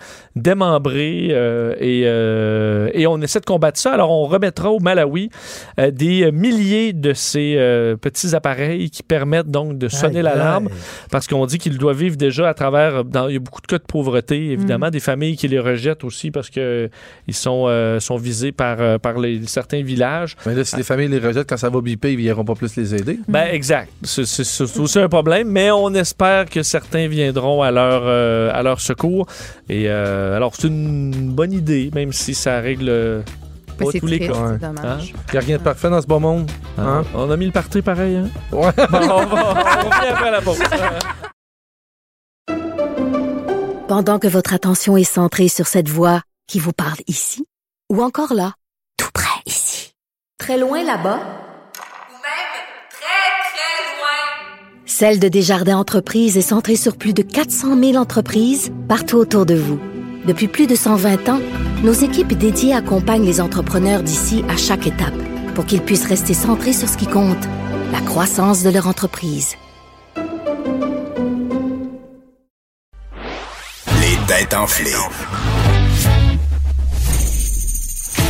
S3: démembrer euh, et euh, et on essaie de combattre ça alors on remettra au Malawi euh, des milliers de ces euh, petits appareils qui permettent donc de sonner
S4: Aïe,
S3: l'alarme
S4: aïe.
S3: parce qu'on dit qu'ils doivent vivre déjà à travers. dans- il y a beaucoup de cas de pauvreté,
S5: Mm.
S3: évidemment, des familles qui les rejettent aussi parce que ils sont, euh, sont visés par, euh, par les, certains villages.
S6: Mais là, si les familles les rejettent, quand ça va biper, ils n'iront pas plus les aider.
S5: Mm.
S3: Ben, exact. C'est- C'est c'est aussi un problème, mais on espère que certains viendront à leur, euh, à leur secours. Et euh, alors, c'est une bonne idée, même si ça règle. euh,
S5: Mais
S3: pas
S5: Oh, ben, Bah, c'est
S3: tous les
S5: triste,
S3: cas.
S5: c'est
S6: ouais.
S3: Hein?
S5: dommage.
S6: Il n'y a rien de parfait dans ce bon monde.
S3: Hein?
S5: Ah.
S6: Hein?
S3: On a mis le parti pareil. Hein?
S6: Ouais.
S3: Bon, on, va, on revient après la pause.
S11: Pendant que votre attention est centrée sur cette voix qui vous parle ici ou encore là, tout près ici. Très loin là-bas, Celle de Desjardins Entreprises est centrée sur plus de 400 000 entreprises partout autour de vous. Depuis plus de 120 ans, nos équipes dédiées accompagnent les entrepreneurs d'ici à chaque étape pour qu'ils puissent rester centrés sur ce qui compte, la croissance de leur entreprise.
S2: Les têtes enflées.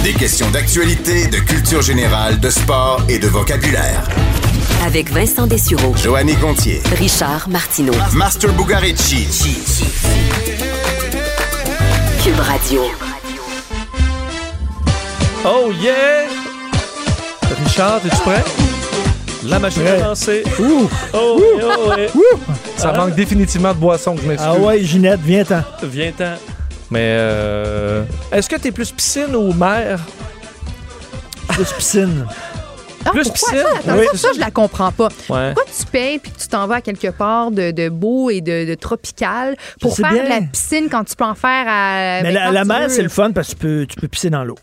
S2: Des questions d'actualité, de culture générale, de sport et de vocabulaire.
S1: Avec Vincent Dessureau,
S2: Joanny Gontier.
S1: Richard Martineau,
S2: Master Bugarici.
S1: Cube Radio.
S3: Oh yeah! Richard, es-tu prêt? La machine est lancée.
S4: Ouh!
S3: Oh,
S4: Ouh!
S3: yeah, oh, yeah.
S6: Ça
S5: Ah.
S6: manque définitivement de boisson, je m'excuse.
S4: Ah ouais, Ginette, viens-t'en.
S3: Viens-t'en.
S6: Mais euh,
S3: Est-ce que t'es plus piscine ou mer?
S4: Plus piscine.
S5: Ah,
S3: Plus
S5: pourquoi
S3: piscine.
S5: ça? Attends,
S3: Oui.
S5: ça, ça, je la comprends pas.
S3: Ouais.
S5: Pourquoi tu payes puis que tu t'en vas à quelque part de, de beau et de, de tropical pour
S4: sais
S5: faire
S4: bien.
S5: de la piscine quand tu peux en faire à.
S4: Mais
S5: ben,
S4: la,
S5: quand
S4: la
S5: tu
S4: mer,
S5: veux.
S4: c'est le fun parce que tu peux, tu peux pisser dans l'eau.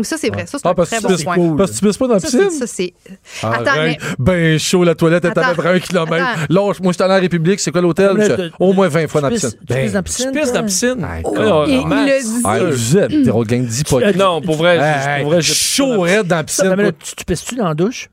S5: Ou Ça, c'est vrai. Ça, c'est
S6: Ah,
S5: un
S6: parce que
S5: très
S6: tu
S5: bon
S6: pisses
S5: point.
S4: cool.
S6: parce que tu pisses pas dans la
S5: Ça, c'est-
S6: piscine?
S5: ça,
S6: Ah,
S5: c'est. Attends, mais.
S6: Arrête. Ben chaud, la toilette est à
S5: Attends.
S6: peu près un kilomètre.
S5: Attends.
S6: Lâche, moi, je suis allé à la République, c'est quoi l'hôtel?
S4: Mais
S6: Je-
S4: tu-
S6: Au moins 20 fois dans la
S4: Tu
S6: piscine. Ben,
S4: pisses, tu pisses dans la piscine?
S3: Tu pisses dans la
S4: toi?
S3: piscine? Ah,
S6: Oh.
S3: Ouais, ouais,
S5: Et
S3: Max.
S5: il
S6: Ah, vous
S5: Mm.
S6: êtes des regains de pas.
S3: Euh, Non, pour vrai, je-
S6: Hey,
S3: pour vrai, je-
S6: chaud, raide dans la piscine.
S4: Attends, mais
S6: quoi.
S4: là, tu, tu pisses-tu dans la douche?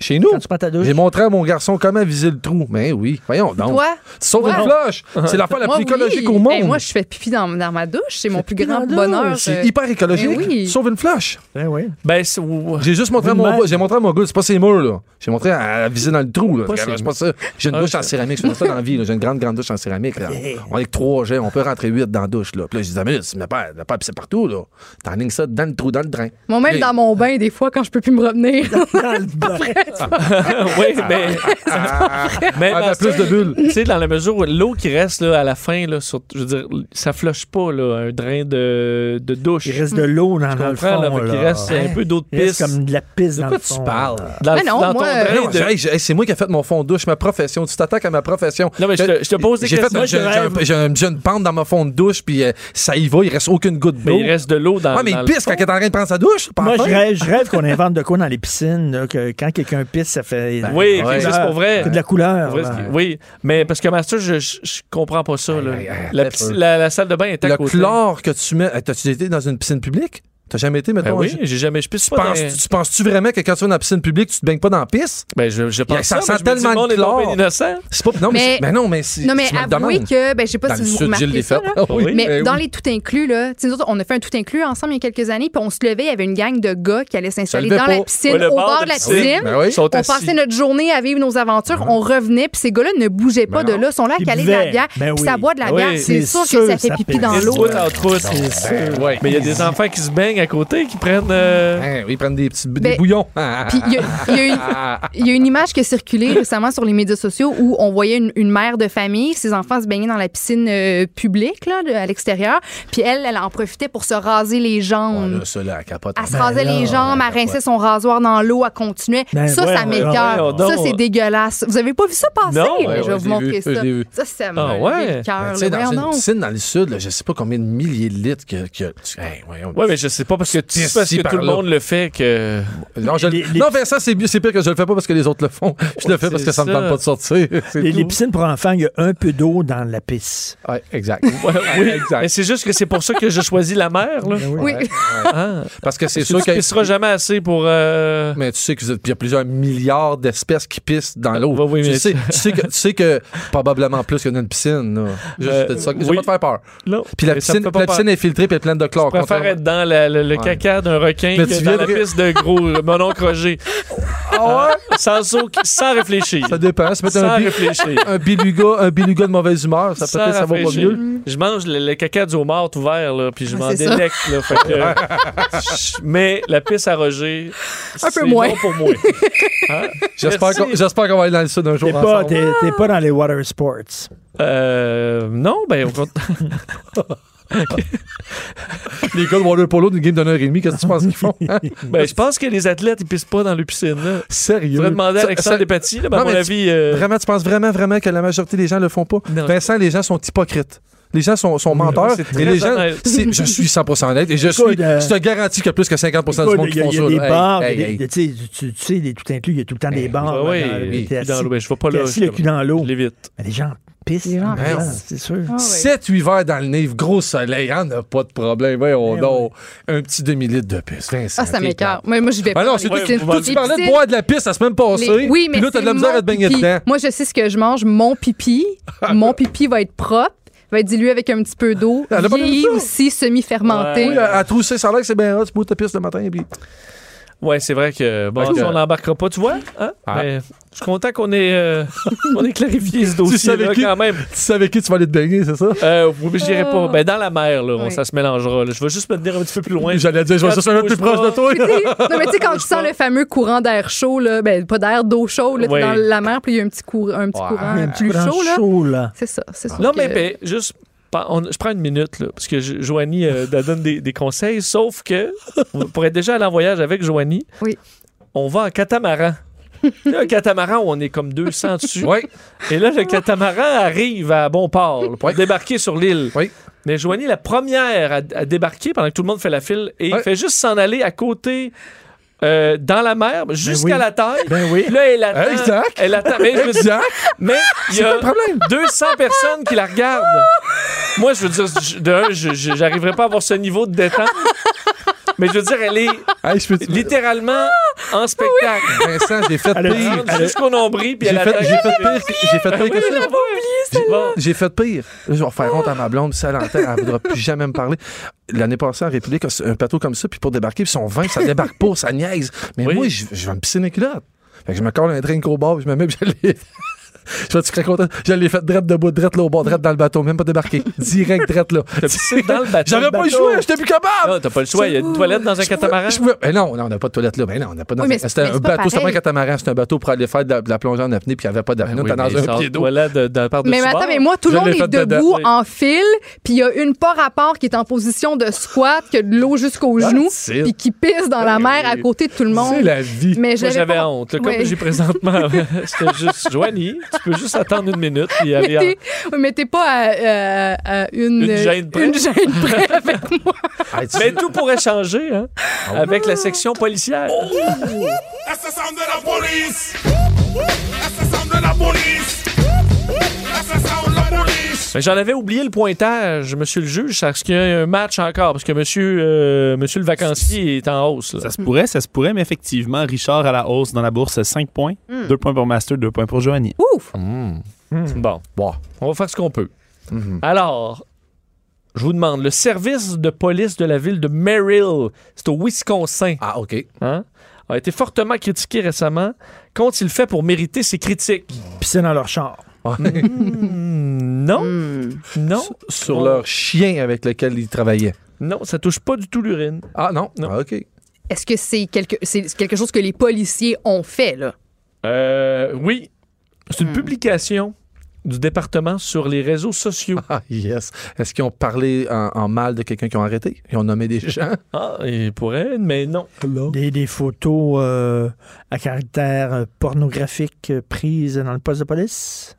S6: Chez nous,
S4: Quand tu prends ta douche?
S6: j'ai montré à mon garçon comment viser le trou. Mais oui, voyons donc.
S5: Toi?
S6: Tu sauves
S5: Ouais.
S6: une cloche. C'est l'affaire la
S5: Moi,
S6: plus
S5: oui.
S6: écologique au monde.
S5: Ben, moi, je fais pipi dans, dans ma douche. C'est mon plus
S4: pipi dans
S5: grand
S4: la douche.
S5: bonheur. euh,
S6: C'est hyper écologique.
S5: Ben oui.
S6: Sauve une flash.
S4: Ben oui.
S3: Ben, c'est- ou-
S6: J'ai juste montré à
S4: Une
S6: mon
S4: mère.
S6: gars. J'ai montré à mon gars. C'est pas ses murs, là. J'ai montré à, à viser dans le trou, là.
S3: Pas ses
S6: Regarde, C'est pas ça. J'ai une
S3: Ah,
S6: douche en
S3: je-
S6: céramique. Je fais ça dans la vie, là. J'ai une grande, grande douche en céramique, là. On est avec trois jets. On peut rentrer huit dans la douche, là. Puis là, je dis, ah, mais là, c'est ma père. Ma père, c'est partout, là. T'enlignes ça dans le trou, dans le drain.
S5: Moi, même dans mon bain, des fois, quand je peux plus me revenir.
S4: Dans le bain.
S3: oui, ben, mais
S6: Ah, ben,
S3: dans-
S6: plus de bulles.
S3: tu sais, dans la mesure où l'eau qui reste là, à la fin, là, sur- je veux dire, ça flush pas là, un drain de, de douche.
S4: Il reste de l'eau dans, dans le
S3: comprends, là,
S4: fond.
S3: fait qu'il reste un peu d'eau de
S4: Il reste
S3: pisse.
S4: comme de la pisse
S6: De
S4: dans
S6: quoi
S4: le
S6: tu
S4: fond. euh,
S6: parles?
S3: Dans,
S5: Mais non,
S3: dans ton
S5: moi, euh,
S6: Hey,
S3: drain
S6: Eh, non,
S3: de...
S6: j'ai- j'ai- hey, c'est moi qui ai fait mon fond de douche, ma profession. Tu t'attaques à ma profession.
S3: Non, mais je te- je te pose des
S6: J'ai fait-
S3: questions.
S6: J'ai
S3: Moi, je
S6: j'ai
S3: rêve.
S6: un- j'ai un- j'ai une pente dans ma fond de douche, puis euh, ça y va, il reste aucune goutte d'eau.
S3: Mais il reste de l'eau dans,
S6: Ouais, mais
S3: dans
S6: il
S3: le-
S6: pisse quand il est en train de prendre sa douche. pas
S4: Moi,
S6: enfin.
S4: je rêve, je rêve qu'on invente de quoi dans les piscines, là, que quand quelqu'un pisse, ça fait.
S3: Oui,
S4: de
S3: que
S4: la
S3: c'est
S4: couleur.
S3: pour vrai.
S4: C'est de la couleur.
S3: Pour vrai,
S4: là.
S3: c'est- Oui, mais parce que Master, je, je, je comprends pas ça. là.
S6: aïe, aïe,
S3: la,
S6: attends
S3: piscine-
S6: un peu.
S3: la- la salle de bain est à
S6: Le
S3: côté.
S6: chlore que tu mets. Hey, T'as-tu été dans une piscine publique? T'as jamais été,
S3: Ben
S6: mettons?
S3: oui,
S6: je-
S3: j'ai jamais. Je pisse
S6: Tu
S3: pas. dans-
S6: penses- tu penses-tu vraiment que quand tu vas dans la piscine publique, tu te baignes pas dans la pisse?
S3: Ben, je, je pense
S6: ça
S3: pas,
S6: sent
S3: mais je me dis,
S6: tellement
S3: le monde
S6: de
S3: est donc
S6: chlore.
S3: bien innocent.
S6: C'est pas. Non, mais,
S5: Mais-
S6: c'est- ben non, mais si-
S5: Non, mais
S6: tu me le
S5: avouez
S6: demandes.
S5: que, ben, je sais pas
S6: Dans
S5: si
S6: le
S5: vous
S6: sud, je l'ai
S5: remarquez ça,
S6: fait.
S5: là,
S6: Ah oui,
S5: mais
S6: ben
S5: dans
S6: oui.
S5: les tout inclus, là, tu sais, nous autres, on a fait un tout inclus ensemble il y a quelques années, puis on se levait, il y avait une gang de gars qui allaient s'installer
S6: levait
S5: dans
S6: pas.
S5: la piscine,
S3: Ouais, le
S5: au bord de la piscine.
S6: Ben oui.
S3: Ils sont
S5: On
S3: assis.
S5: passait notre journée à vivre nos aventures, on revenait, puis ces gars-là ne bougeaient pas de là, sont là à
S4: Ils
S5: caler de la
S4: buvaient.
S5: bière,
S4: Ben
S5: puis
S4: oui.
S5: ça boit de la
S3: Oui,
S5: bière. C'est
S4: c'est
S5: sûr
S4: sûr,
S5: que ça fait
S4: ça
S5: pipi
S4: pisse.
S5: dans
S3: Ils se
S5: l'eau.
S3: foutent en trousse.
S6: Ben ouais.
S3: Mais il y a des enfants qui se baignent à côté qui prennent. euh,
S6: Hein, ils prennent des petits b- des
S5: Ben,
S6: bouillons. Ah,
S5: Puis il y, a- il y a une- il y a une image qui a circulé récemment sur les médias sociaux où on voyait une, une mère de famille, ses enfants se baignaient dans la piscine euh, publique là, de- à l'extérieur, puis elle, elle en profitait pour se raser les
S6: Ah,
S5: jambes.
S6: là, ça, là, elle capote.
S5: elle se rasait les jambes, elle rinçait
S6: ouais.
S5: son rasoir dans l'eau, elle continuait.
S4: Ben,
S5: ça, ça
S4: voyons,
S5: met le
S3: voyons
S5: cœur.
S3: donc.
S5: Ça, c'est dégueulasse. Vous avez pas vu ça passer?
S3: Non,
S5: Je
S3: ouais,
S5: vais
S6: ouais, je
S5: vous
S6: l'ai
S5: montrer
S6: vu, je
S5: ça.
S6: l'ai vu.
S5: Ça, ça me
S3: Ah,
S5: levé
S3: ouais?
S5: le cœur.
S6: Ben, tu
S5: là.
S6: sais, dans
S5: Voyons
S6: une
S5: donc.
S6: piscine dans le sud, là, je sais pas combien de milliers de litres que. que tu- hey, voyons.
S3: Ben, Ouais, mais je sais pas parce que tu
S6: Ici,
S3: sais parce que
S6: par
S3: tout le
S6: là.
S3: monde le fait que.
S6: Non, je,
S4: Les- les-
S6: non, Vincent, c'est mieux- c'est pire que je le fais pas parce que les autres le font. Je le fais parce
S3: c'est
S6: que ça, me
S3: ça.
S6: tente pas de sortir. C'est
S4: Les, les
S6: tout.
S4: piscines pour enfants, il y a un peu d'eau dans la pisse.
S6: Ouais, exact.
S3: Ouais, oui,
S6: exact.
S3: mais c'est juste que c'est pour ça que je choisis la mer. Là.
S5: Oui.
S3: Ah,
S6: Parce que c'est
S3: tu ne
S6: sûr qu'il
S3: pisseras jamais assez pour. euh,
S6: Mais tu sais qu'il y a plusieurs milliards d'espèces qui pissent dans l'eau.
S3: Oui, oui,
S6: tu,
S3: mais-
S6: sais, tu, sais que, tu sais que probablement plus que dans une piscine. là. Je,
S3: Euh,
S6: je te dis ça. Je vais
S3: oui.
S6: pas te faire peur.
S3: Non.
S6: Puis la
S3: Mais ça me
S6: piscine,
S3: fait pas
S6: la
S3: peur.
S6: piscine est filtrée puis elle est pleine de chlore.
S3: Je préfère
S6: contrairement-
S3: être dans la- le, le
S6: Ouais.
S3: caca d'un requin
S6: Mais
S3: que
S6: tu
S3: dans
S6: viens
S3: la
S6: de-
S3: piste de gros mononcle Roger. Euh, sans, au- sans réfléchir.
S6: Ah Ça dépend. Si tu
S3: Sans
S6: un, bi-
S3: réfléchir.
S6: un biluga, un biluga de mauvaise humeur, ça
S3: Sans
S6: peut-être ça va pas
S3: réfléchir.
S6: mieux.
S3: Je mange le, le caca du homard tout vert, là, puis je
S5: Ouais,
S3: m'en
S5: c'est ça.
S3: délecte. Là, fait que- mais la pisse à Roger,
S5: Un peu
S3: c'est
S5: moins.
S3: non pour moi. Hein?
S6: J'espère
S3: Merci.
S6: qu'on j'espère qu'on va aller dans le sud un jour.
S4: T'es pas,
S6: ensemble.
S4: t'es- t'es pas dans les water sports.
S3: Euh, non, ben, au contraire.
S6: Les gars de water polo d'une game d'une heure et demie, qu'est-ce que tu penses qu'ils font? hein?
S3: Ben, je pense que les athlètes, ils pissent pas dans les piscines. Là.
S6: Sérieux?
S3: Je voudrais demander à
S6: Ça-
S3: Alexandre
S6: ça-
S3: Despatie, là, ben, à
S6: Non,
S3: mon
S6: mais
S3: avis. euh,
S6: Vraiment, tu penses vraiment, vraiment que la majorité des gens le font pas?
S3: Non.
S6: Vincent, les gens sont hypocrites. Les gens sont, sont menteurs.
S3: c'est
S6: Et
S3: très
S6: les gens,
S3: honnête.
S6: c'est- je suis 100% honnête. Et je suis,
S4: Écoute, euh,
S6: je te garantis qu'il y a plus que 50% du
S4: Écoute,
S6: monde
S4: Il
S6: qui
S4: y a,
S6: font
S4: il
S6: ça.
S4: y a des
S6: là. Hey,
S4: bars,
S6: hey,
S4: des-
S6: hey.
S4: des- tu sais, tu- tu sais, les- tout inclus, il y a tout le temps des bars.
S3: Ah oui,
S4: dans-
S3: oui,
S4: t'es
S3: oui, dans
S4: assis-
S3: l'ouest. Je vais pas
S4: t'es
S3: là,
S4: assis le
S3: justement.
S4: cul dans l'eau.
S3: Je l'ai vite.
S4: Mais les gens pissent. en
S6: Ben,
S4: dedans,
S6: on-
S4: C'est
S5: Ah
S4: sûr.
S6: 7 hivers dans le Nivre, gros soleil, hein, on n'a pas de problème.
S4: Eh
S6: Voyons donc, un petit demi-litre de pisse.
S5: Ah, ça m'écarte. Moi, moi, j'y vais
S6: Ben
S5: pas.
S6: non,
S5: dans
S6: c'est
S5: les
S6: toi qui
S5: piscines.
S6: toi, tu
S5: Les
S6: parlais de
S5: piscines,
S6: boire de la pisse la semaine passée.
S5: les- Oui, mais
S6: Puis là, t'as de la
S5: c'est
S6: misère
S5: mon
S6: à te baigner
S5: pipi.
S6: dedans.
S5: Moi, je sais ce que je mange. Mon pipi, mon pipi va être propre, va être dilué avec un petit peu d'eau,
S6: Elle a pas
S5: vieilli aussi, semi-fermenté.
S6: Oui, Euh, à, à trousser, ça a l'air que c'est bien hot, tu bois ta pisse le matin et puis.
S3: Ouais, c'est vrai que bon,
S6: Fait que-
S3: on n'embarquera pas, tu vois. Hein?
S6: Ah.
S3: Mais je suis content qu'on ait, euh, qu'on ait clarifié ce dossier
S6: savais qui-
S3: quand même.
S6: Tu savais qui tu vas aller te baigner, c'est ça?
S3: Euh, oui, mais je dirais pas.
S5: Ah.
S3: Ben, dans la mer, là, on-
S5: Oui.
S3: ça se mélangera. là. Je vais juste me tenir un petit peu plus loin.
S6: J'allais dire, je vais
S3: Quand
S6: juste me mettre
S3: tu
S6: plus proche
S3: bouges
S6: de toi.
S5: Puis, tu sais, non, mais tu sais, quand tu sens le fameux courant d'air chaud, là, ben, pas d'air, d'eau chaude, là, t'es
S3: Ouais.
S5: dans la mer, puis il y a un petit, cour- un petit
S6: Ouais.
S5: courant
S4: Un
S5: plus
S4: grand
S5: chaud, là.
S4: chaud, là.
S5: C'est ça, c'est ça.
S3: Non, mais ben, juste. pa- on- je prends une minute, là, parce que je- Joanie euh, da- donne des, des conseils, sauf que pour être déjà allé en voyage avec Joanie,
S5: Oui.
S3: on va en catamaran. Là, un catamaran où on est comme 200 dessus.
S6: Oui,
S3: Et là, le catamaran arrive à bon port là, pour
S6: Oui.
S3: débarquer sur l'île.
S6: oui.
S3: Mais Joanie, est la première à, à débarquer pendant que tout le monde fait la file et
S6: Ouais.
S3: fait juste s'en aller à côté. euh, dans la mer, jusqu'à
S4: oui.
S3: la taille.
S4: Ben oui.
S3: Là, elle attend.
S6: Exact.
S3: Elle attend. Mais je me dis,
S6: Jack,
S3: mais il y a
S6: pas le problème.
S3: 200 personnes qui la regardent. Moi, je veux dire, je- de un, je- je- j'arriverai pas à avoir ce niveau de détente. Mais je veux dire, elle est
S6: hey, je peux
S3: littéralement en spectacle.
S6: Vincent, j'ai fait
S4: Elle a-
S6: pire.
S3: Rentre Jusqu'au nombril, puis
S6: J'ai
S3: elle
S6: fait,
S3: attaque.
S6: j'ai fait pire que, j'ai fait
S3: Ah oui,
S6: pire que ça.
S3: j'ai- Bon.
S6: J'ai fait pire. Là, je vais faire honte à ma blonde, si elle entend, elle voudra plus jamais me parler. L'année passée, en République, un bateau comme ça, puis pour débarquer, puis ils sont 20, ça débarque pas, ça niaise. Mais
S3: Oui.
S6: moi, je, je vais me pisser dans les culottes. Fait que je me colle un drink au bord, puis je me mets, puis je l'ai. Je suis très content. Je l'ai fait drette debout, drette là au bord, drette dans le bateau, même pas débarqué. Direct drette là.
S3: pissé dans le bateau.
S6: J'avais pas le
S3: Bateau.
S6: choix, j'étais plus capable.
S3: Non, t'as pas le choix. Il y a une toilette dans un
S6: Je pouvais-
S3: catamaran.
S6: je pouvais- mais non, non, on n'a pas de toilette là. Mais non, on n'a pas dans
S5: Oui, mais c'est-
S6: C'était
S5: mais
S6: un
S5: c'est pas
S6: bateau, c'était pas un
S5: pareil.
S6: catamaran, c'était un bateau pour aller faire de la, de la plongée en apnée, puis il n'y avait pas d'apnée.
S3: Ben Oui,
S6: T'es
S3: mais
S6: dans
S3: ça,
S6: un pied d'eau.
S3: voilà, de, de, par-dessus
S5: Mais, mais
S3: bord.
S5: attends, mais moi, tout le
S6: Je
S5: monde
S6: l'ai
S5: est
S6: fait dedans.
S5: debout
S3: Oui.
S5: en file, puis il y a une pas rapport qui est en position de squat, qui a de l'eau jusqu'aux genoux,
S6: c'est-
S5: puis qui pisse dans la mer à côté de tout le monde.
S6: C'est la vie.
S5: Mais
S3: Ben Moi,
S5: j'avais
S3: j'avais
S5: pas-
S3: honte. là, comme
S5: Ouais.
S3: j'ai présentement, c'était juste Joanie. Tu peux juste attendre une minute. Puis
S5: Mais
S3: aller en-
S5: t'es- oui, mais t'es pas à, euh, à une,
S3: Une gêne près.
S5: une gêne près avec moi.
S6: Hey, Ah, tu-
S3: Mais tout pourrait changer hein,
S6: Ah
S3: avec la section policière.
S12: That's the sound of the police. That's the sound of the police. That's the sound of the police.
S3: Mais J'en avais oublié le pointage, monsieur le juge, parce qu'il y a un match encore, parce que monsieur, euh, monsieur le vacancier est en hausse. là.
S7: Ça se
S5: Mm.
S7: pourrait, ça se pourrait, mais effectivement, Richard à la hausse dans la bourse, 5 points.
S5: Mm.
S7: 2 points pour Master, 2 points pour Joanie.
S5: Ouf!
S3: Bon,
S6: Bon.
S3: on va faire ce qu'on peut.
S6: Mhm.
S3: Alors, je vous demande, le service de police de la ville de Merrill, c'est au Wisconsin,
S6: Ah, OK.
S3: hein, a été fortement critiqué récemment. Qu'ont-ils fait pour mériter ces critiques?
S4: Pisser dans leur char.
S3: Non,
S6: Hmm.
S3: non,
S6: Sur leur chien avec lequel ils travaillaient.
S3: non, ça touche pas du tout l'urine.
S6: Ah, non. Ah, OK.
S5: Est-ce que c'est quelque, c'est quelque chose que les policiers ont fait, là?
S3: Euh, oui, c'est une
S6: Hmm.
S3: publication du département sur les réseaux sociaux.
S6: Ah, yes. Est-ce qu'ils ont parlé en, en mal de quelqu'un qu'ils ont arrêté? Ils ont nommé des gens?
S3: Ah, il pourrait, mais non.
S4: Des, des photos euh, à caractère euh, pornographique euh, prises dans le poste de police.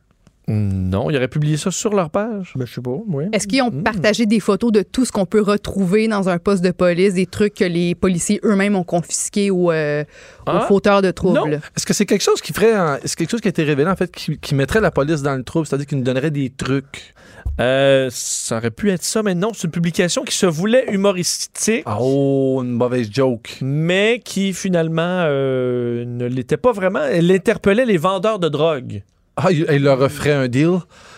S3: Non, il aurait publié ça sur leur page.
S4: Ben, je sais pas, oui.
S5: Est-ce qu'ils ont partagé des photos de tout ce qu'on peut retrouver dans un poste de police, des trucs que les policiers eux-mêmes ont confisqués aux, euh, aux
S3: Ah.
S5: fauteurs de troubles?
S6: Est-ce que c'est quelque chose qui ferait... en- Est-ce quelque chose qui a été révélé, en fait, qui, qui mettrait la police dans le trouble? C'est-à-dire qu'ils nous donnerait des trucs?
S3: Euh, ça aurait pu être ça, mais non, c'est une publication qui se voulait humoristique,
S6: Ah, oh, une mauvaise joke.
S3: mais qui finalement euh, ne l'était pas vraiment. Elle interpellait les vendeurs de drogue.
S6: Ah, ils ils leur offraient un deal.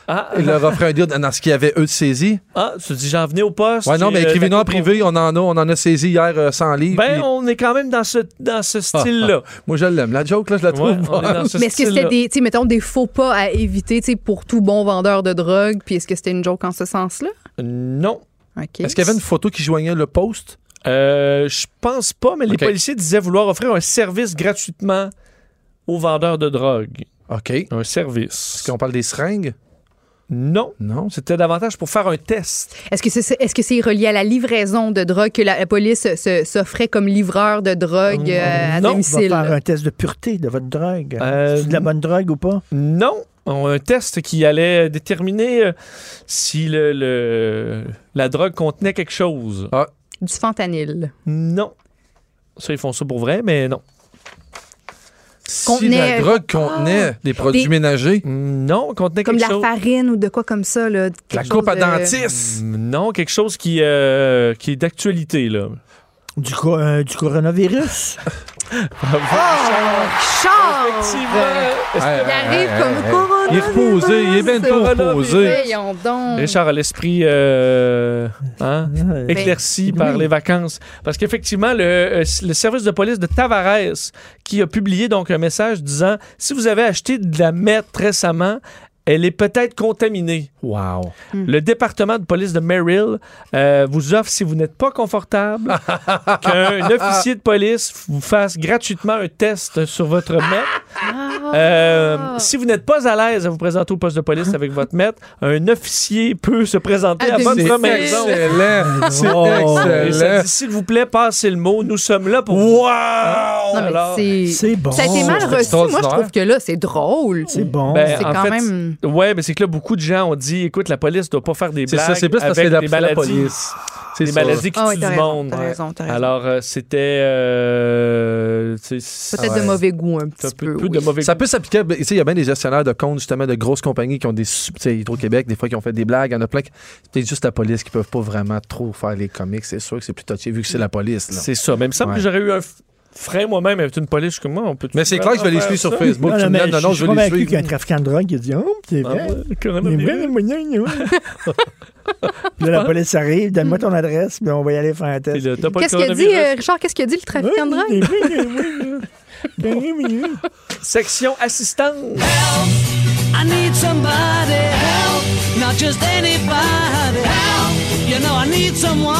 S3: Ah,
S6: Ils leur offraient un deal dans ce qu'ils avaient, eux, de saisi.
S3: ah, tu te dis, j'en venais au poste.
S6: Ouais, non,
S3: j'ai,
S6: mais
S3: euh,
S6: écrivez-nous en
S3: d'accord.
S6: privé. On en a, on en a saisi hier euh, 100 livres.
S3: Ben,
S6: puis-
S3: on est quand même dans ce, dans ce
S6: Ah,
S3: style-là.
S6: Moi, je l'aime. La joke, là, je la trouve
S3: Ouais, on est
S6: bonne.
S3: dans ce
S5: Mais est-ce que
S3: style-là.
S5: c'était des, tu sais, mettons, des faux pas à éviter tu sais, pour tout bon vendeur de drogue? Puis est-ce que c'était une joke en ce sens-là?
S3: Non.
S5: OK.
S6: Est-ce qu'il y avait une photo qui joignait le poste?
S3: Euh, je pense pas, mais
S6: Ok.
S3: les policiers disaient vouloir offrir un service gratuitement aux vendeurs de drogue.
S6: OK. Est-ce
S3: Un service.
S6: qu'on parle des seringues?
S3: Non.
S6: Non.
S3: C'était davantage pour faire un test.
S5: Est-ce que c'est est -ce c'est relié à la livraison de drogue que la, la police se- s'offrait comme livreur de drogue euh, à
S3: Non, on va
S4: On va
S5: domicile?
S4: faire un test de pureté de votre drogue.
S3: Euh,
S4: C'est de la bonne drogue ou pas?
S3: Non. on- un test qui allait déterminer euh, si le, le- la drogue contenait quelque chose.
S5: Du fentanyl.
S3: Non. Ça, ils font ça pour vrai, mais non.
S6: Si
S5: Contenait-
S6: la drogue contenait
S5: Ah.
S6: des produits
S5: Des-
S6: ménagers.
S3: Non, contenait
S5: Comme de
S3: quelque
S5: la
S3: chose.
S5: farine ou de quoi comme ça. Là, quelque chose de-
S3: Mm, Non, quelque chose qui, euh, qui est d'actualité, là.
S4: Du, co- euh, du coronavirus.
S5: Charles! Il
S6: Ah,
S5: arrive comme coronavirus.
S3: Il est reposé, il est bien tout reposé.
S5: Voyons donc.
S3: Richard a l'esprit euh, hein, éclairci
S5: Ben,
S3: par
S5: oui.
S3: les vacances. Parce qu'effectivement, le, euh, le service de police de Tavares qui a publié donc un message disant si vous avez acheté de la meth récemment, elle est peut-être contaminée.
S6: Wow.
S3: Le département de police de Merrill euh, vous offre, si vous n'êtes pas confortable, qu'un officier de police vous fasse gratuitement un test sur votre meth.
S5: Ah.
S3: Euh, si vous n'êtes pas à l'aise à vous présenter au poste de police avec votre maître, un officier peut se présenter à,
S6: Ah,
S3: votre
S5: Oh,
S6: c'est
S3: maison.
S6: excellent. C'est
S3: Et ça
S6: excellent.
S3: dit, S'il vous plaît, passez le mot. Nous sommes là pour. Hein?
S6: Wow!
S5: Non, mais
S4: Ah,
S5: c'est- Ça a été mal reçu. Moi, je trouve que là, c'est drôle. C'est
S4: bon.
S3: Ben,
S5: c'est
S3: en
S5: quand
S3: fait,
S5: même.
S3: Ouais, mais c'est que là, beaucoup de gens ont dit écoute, la police doit pas faire des
S6: C'est
S3: blagues.
S6: ça, c'est plus parce que
S3: avec
S6: c'est la-
S3: des
S6: c'est la
S3: maladies.
S6: police. C'est
S3: Des
S6: ça.
S3: maladies qui
S5: Ah ouais,
S3: tuent
S5: t'as
S3: du
S5: raison,
S3: monde.
S5: t'as raison, t'as raison.
S3: Alors, euh, c'était. euh, c'est-
S5: Peut-être
S3: Ouais.
S5: de mauvais goût un
S3: T'as
S5: petit
S3: peu-
S5: peu.
S3: peu de
S5: oui.
S3: mauvais
S6: Ça peut s'appliquer. à- tu sais, Il y a bien des gestionnaires de comptes, justement, de grosses compagnies qui ont des. sou- Tu sais, Hydro-Québec, des fois, qui ont fait des blagues. Il y en a plein. qui- C'est peut-être juste la police qui peuvent pas vraiment trop faire les comics. C'est sûr que c'est plus touché, vu que c'est la police. là.
S3: C'est ça. Même semble que j'aurais eu un f- frein moi-même avec une police comme moi. On peut
S6: Mais c'est clair que je vais les suivre sur Facebook.
S4: Non,
S6: tu
S4: non,
S6: me
S4: mais
S6: donnes- non,
S4: je
S6: non,
S4: suis
S6: je vais les
S4: convaincu
S6: suivre.
S4: qu'il y a un trafiquant de drogue qui a dit Oh, c'est
S3: Ah
S4: vrai.
S3: ouais, le
S4: C'est vrai, moi, gna, gna. Puis là, la police arrive, donne-moi ton adresse, puis on va y aller faire un test.
S5: Qu'est-ce qu'il a dit, euh, Richard? Qu'est-ce qu'il a dit, le trafiquant de drogue? euh?
S3: Section assistante.
S13: I need somebody help, not just anybody help. You know I need someone.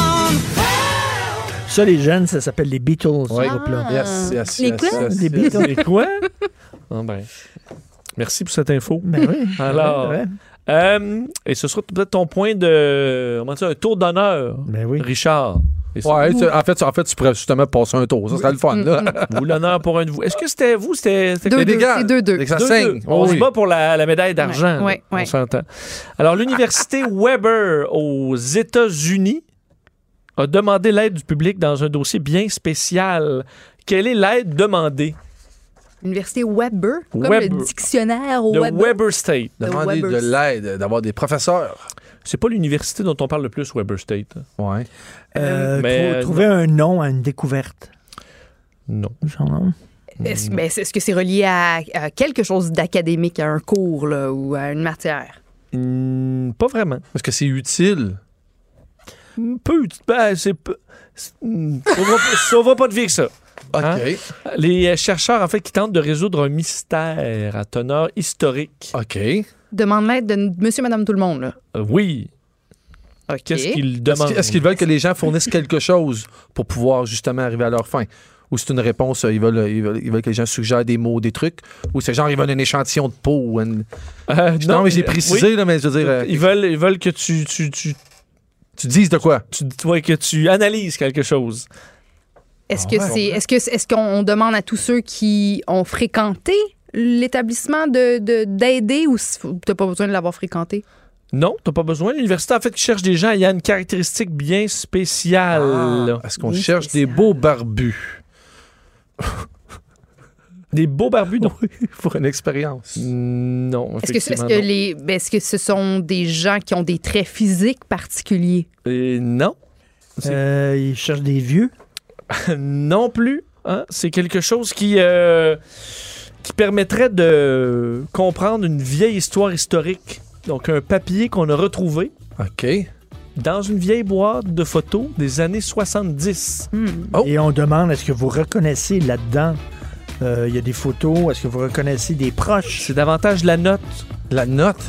S4: Ça, les jeunes, ça s'appelle les Beatles, ce
S3: Ouais.
S4: groupe-là.
S3: Ah. Yes, yes, Les yes, quoi? yes,
S4: Ah, Les
S3: yes.
S4: Beatles.
S3: Les quoi? Ah ben. Merci pour cette info.
S4: Ben oui.
S3: Alors.
S4: Ouais, ouais.
S3: euh, et ce sera peut-être ton point de. Comment dire, un tour d'honneur.
S4: Ben
S3: Richard. Et ça- Mm,
S6: Ouais, tu- en, fait, tu- en fait, tu pourrais justement passer un tour. Ça serait le fun. Là.
S3: Vous l'honneur pour un de vous. Est-ce que c'était vous? C'était c'était-
S6: Deux, Les deux, dégâts. c'est deux, deux.
S3: Deux,
S6: Ça
S3: deux.
S6: saigne.
S3: On
S6: Oh
S3: se
S6: oui.
S3: bat pour la, la médaille d'argent.
S5: Ouais,
S3: là.
S5: ouais.
S3: On s'entend. Alors, l'Université Weber aux États-Unis a demandé l'aide du public dans un dossier bien spécial. Quelle est l'aide demandée?
S5: Université Weber, comme
S3: Weber.
S5: le dictionnaire
S3: de
S5: Weber.
S3: Weber, State.
S5: De Demander Weber de State.
S6: l'aide, d'avoir des professeurs.
S3: C'est pas l'université dont on parle le plus, Weber State. hein.
S6: Ouais.
S4: Euh,
S3: Mais,
S4: trou-
S3: euh,
S4: trouver un nom à une découverte.
S3: Non.
S5: Est-ce ben, c'est- est-ce que c'est relié à, à quelque chose d'académique, à un cours là, ou à une matière?
S3: Hmm, pas vraiment.
S6: Parce que c'est utile.
S3: Peu. Ben, c'est peu. c'est- hmm, Ça va pas- ça va pas de vie que ça. Hein? Les euh, chercheurs, en fait, qui tentent de résoudre un mystère à teneur historique. Euh,
S6: OK.
S5: Demande l'aide de monsieur, madame, tout le monde. là.
S3: oui. Qu'est-ce qu'ils demandent?
S6: Est-ce qu'ils- est-ce qu'ils veulent que les gens fournissent quelque chose pour pouvoir justement arriver à leur fin? Ou c'est une réponse, euh, ils veulent, ils, veulent, ils veulent que les gens suggèrent des mots, des trucs? Ou c'est genre, ils veulent un échantillon de peau? Ou une- Je- non, mais euh, j'ai précisé,
S3: Euh, oui.
S6: là, mais je veux dire. euh,
S3: Ils veulent, ils veulent que tu. Tu, tu,
S6: tu dises de quoi?
S3: Tu, ouais, que tu analyses quelque chose.
S5: Est-ce
S3: Ah
S5: que
S3: ouais.
S5: c'est est-ce que est-ce qu'on on demande à tous ceux qui ont fréquenté l'établissement de de- d'aider ou si- t'as pas besoin de l'avoir fréquenté?
S3: Non, t'as pas besoin. L'université, en fait, qui cherche des gens, il y a une caractéristique bien spéciale.
S6: Est-ce qu'on cherche des beaux barbus?
S3: des beaux barbus, non?
S6: pour une expérience.
S3: Non.
S5: Est-ce que, est-ce que les ben, est-ce que ce sont des gens qui ont des traits physiques particuliers?
S3: Et non.
S4: Euh, ils cherchent des vieux.
S3: non plus. hein. C'est quelque chose qui, euh, qui permettrait de comprendre une vieille histoire historique. Donc, un papier qu'on a retrouvé.
S6: OK.
S3: Dans une vieille boîte de photos des années 70.
S5: Hmm.
S4: Et on demande est-ce que vous reconnaissez là-dedans euh, Il y a des photos, est-ce que vous reconnaissez des proches
S3: C'est davantage la note.
S6: La note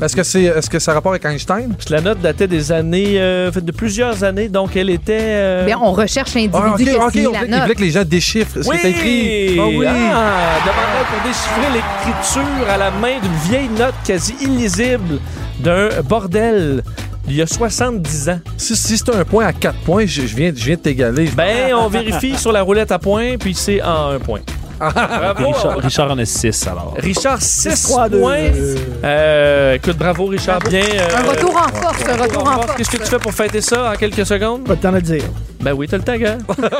S6: Est-ce que c'est est-ce que ça a rapport avec Einstein?
S3: La note datait des années, euh, en fait, de plusieurs années, donc elle était. euh,
S5: Ben, on recherche l'individu
S6: Ah, OK,
S5: qui a
S6: OK,
S5: signé
S6: on
S5: la
S6: voulait- il
S5: note.
S6: voulait que les gens déchiffrent ce
S3: Oui!
S6: qui est écrit. Ah oui!
S3: Ah, demandait pour déchiffrer l'écriture à la main d'une vieille note quasi illisible d'un bordel il y a 70 ans.
S6: Si, si c'est un point à 4 points, je, je viens, je viens de t'égaler.
S3: Ben, on vérifie sur la roulette à points, puis c'est en un point. Bravo.
S7: Richard, Richard en a 6 alors.
S3: Richard, 6 points.
S4: 3, deux.
S3: Euh, écoute, bravo, Richard. Bien.
S5: Un
S3: euh,
S5: retour en force, un retour en force.
S3: Qu'est-ce que tu fais pour fêter ça en quelques secondes?
S4: Pas de temps à dire.
S3: Ben oui, t'as le tag, hein?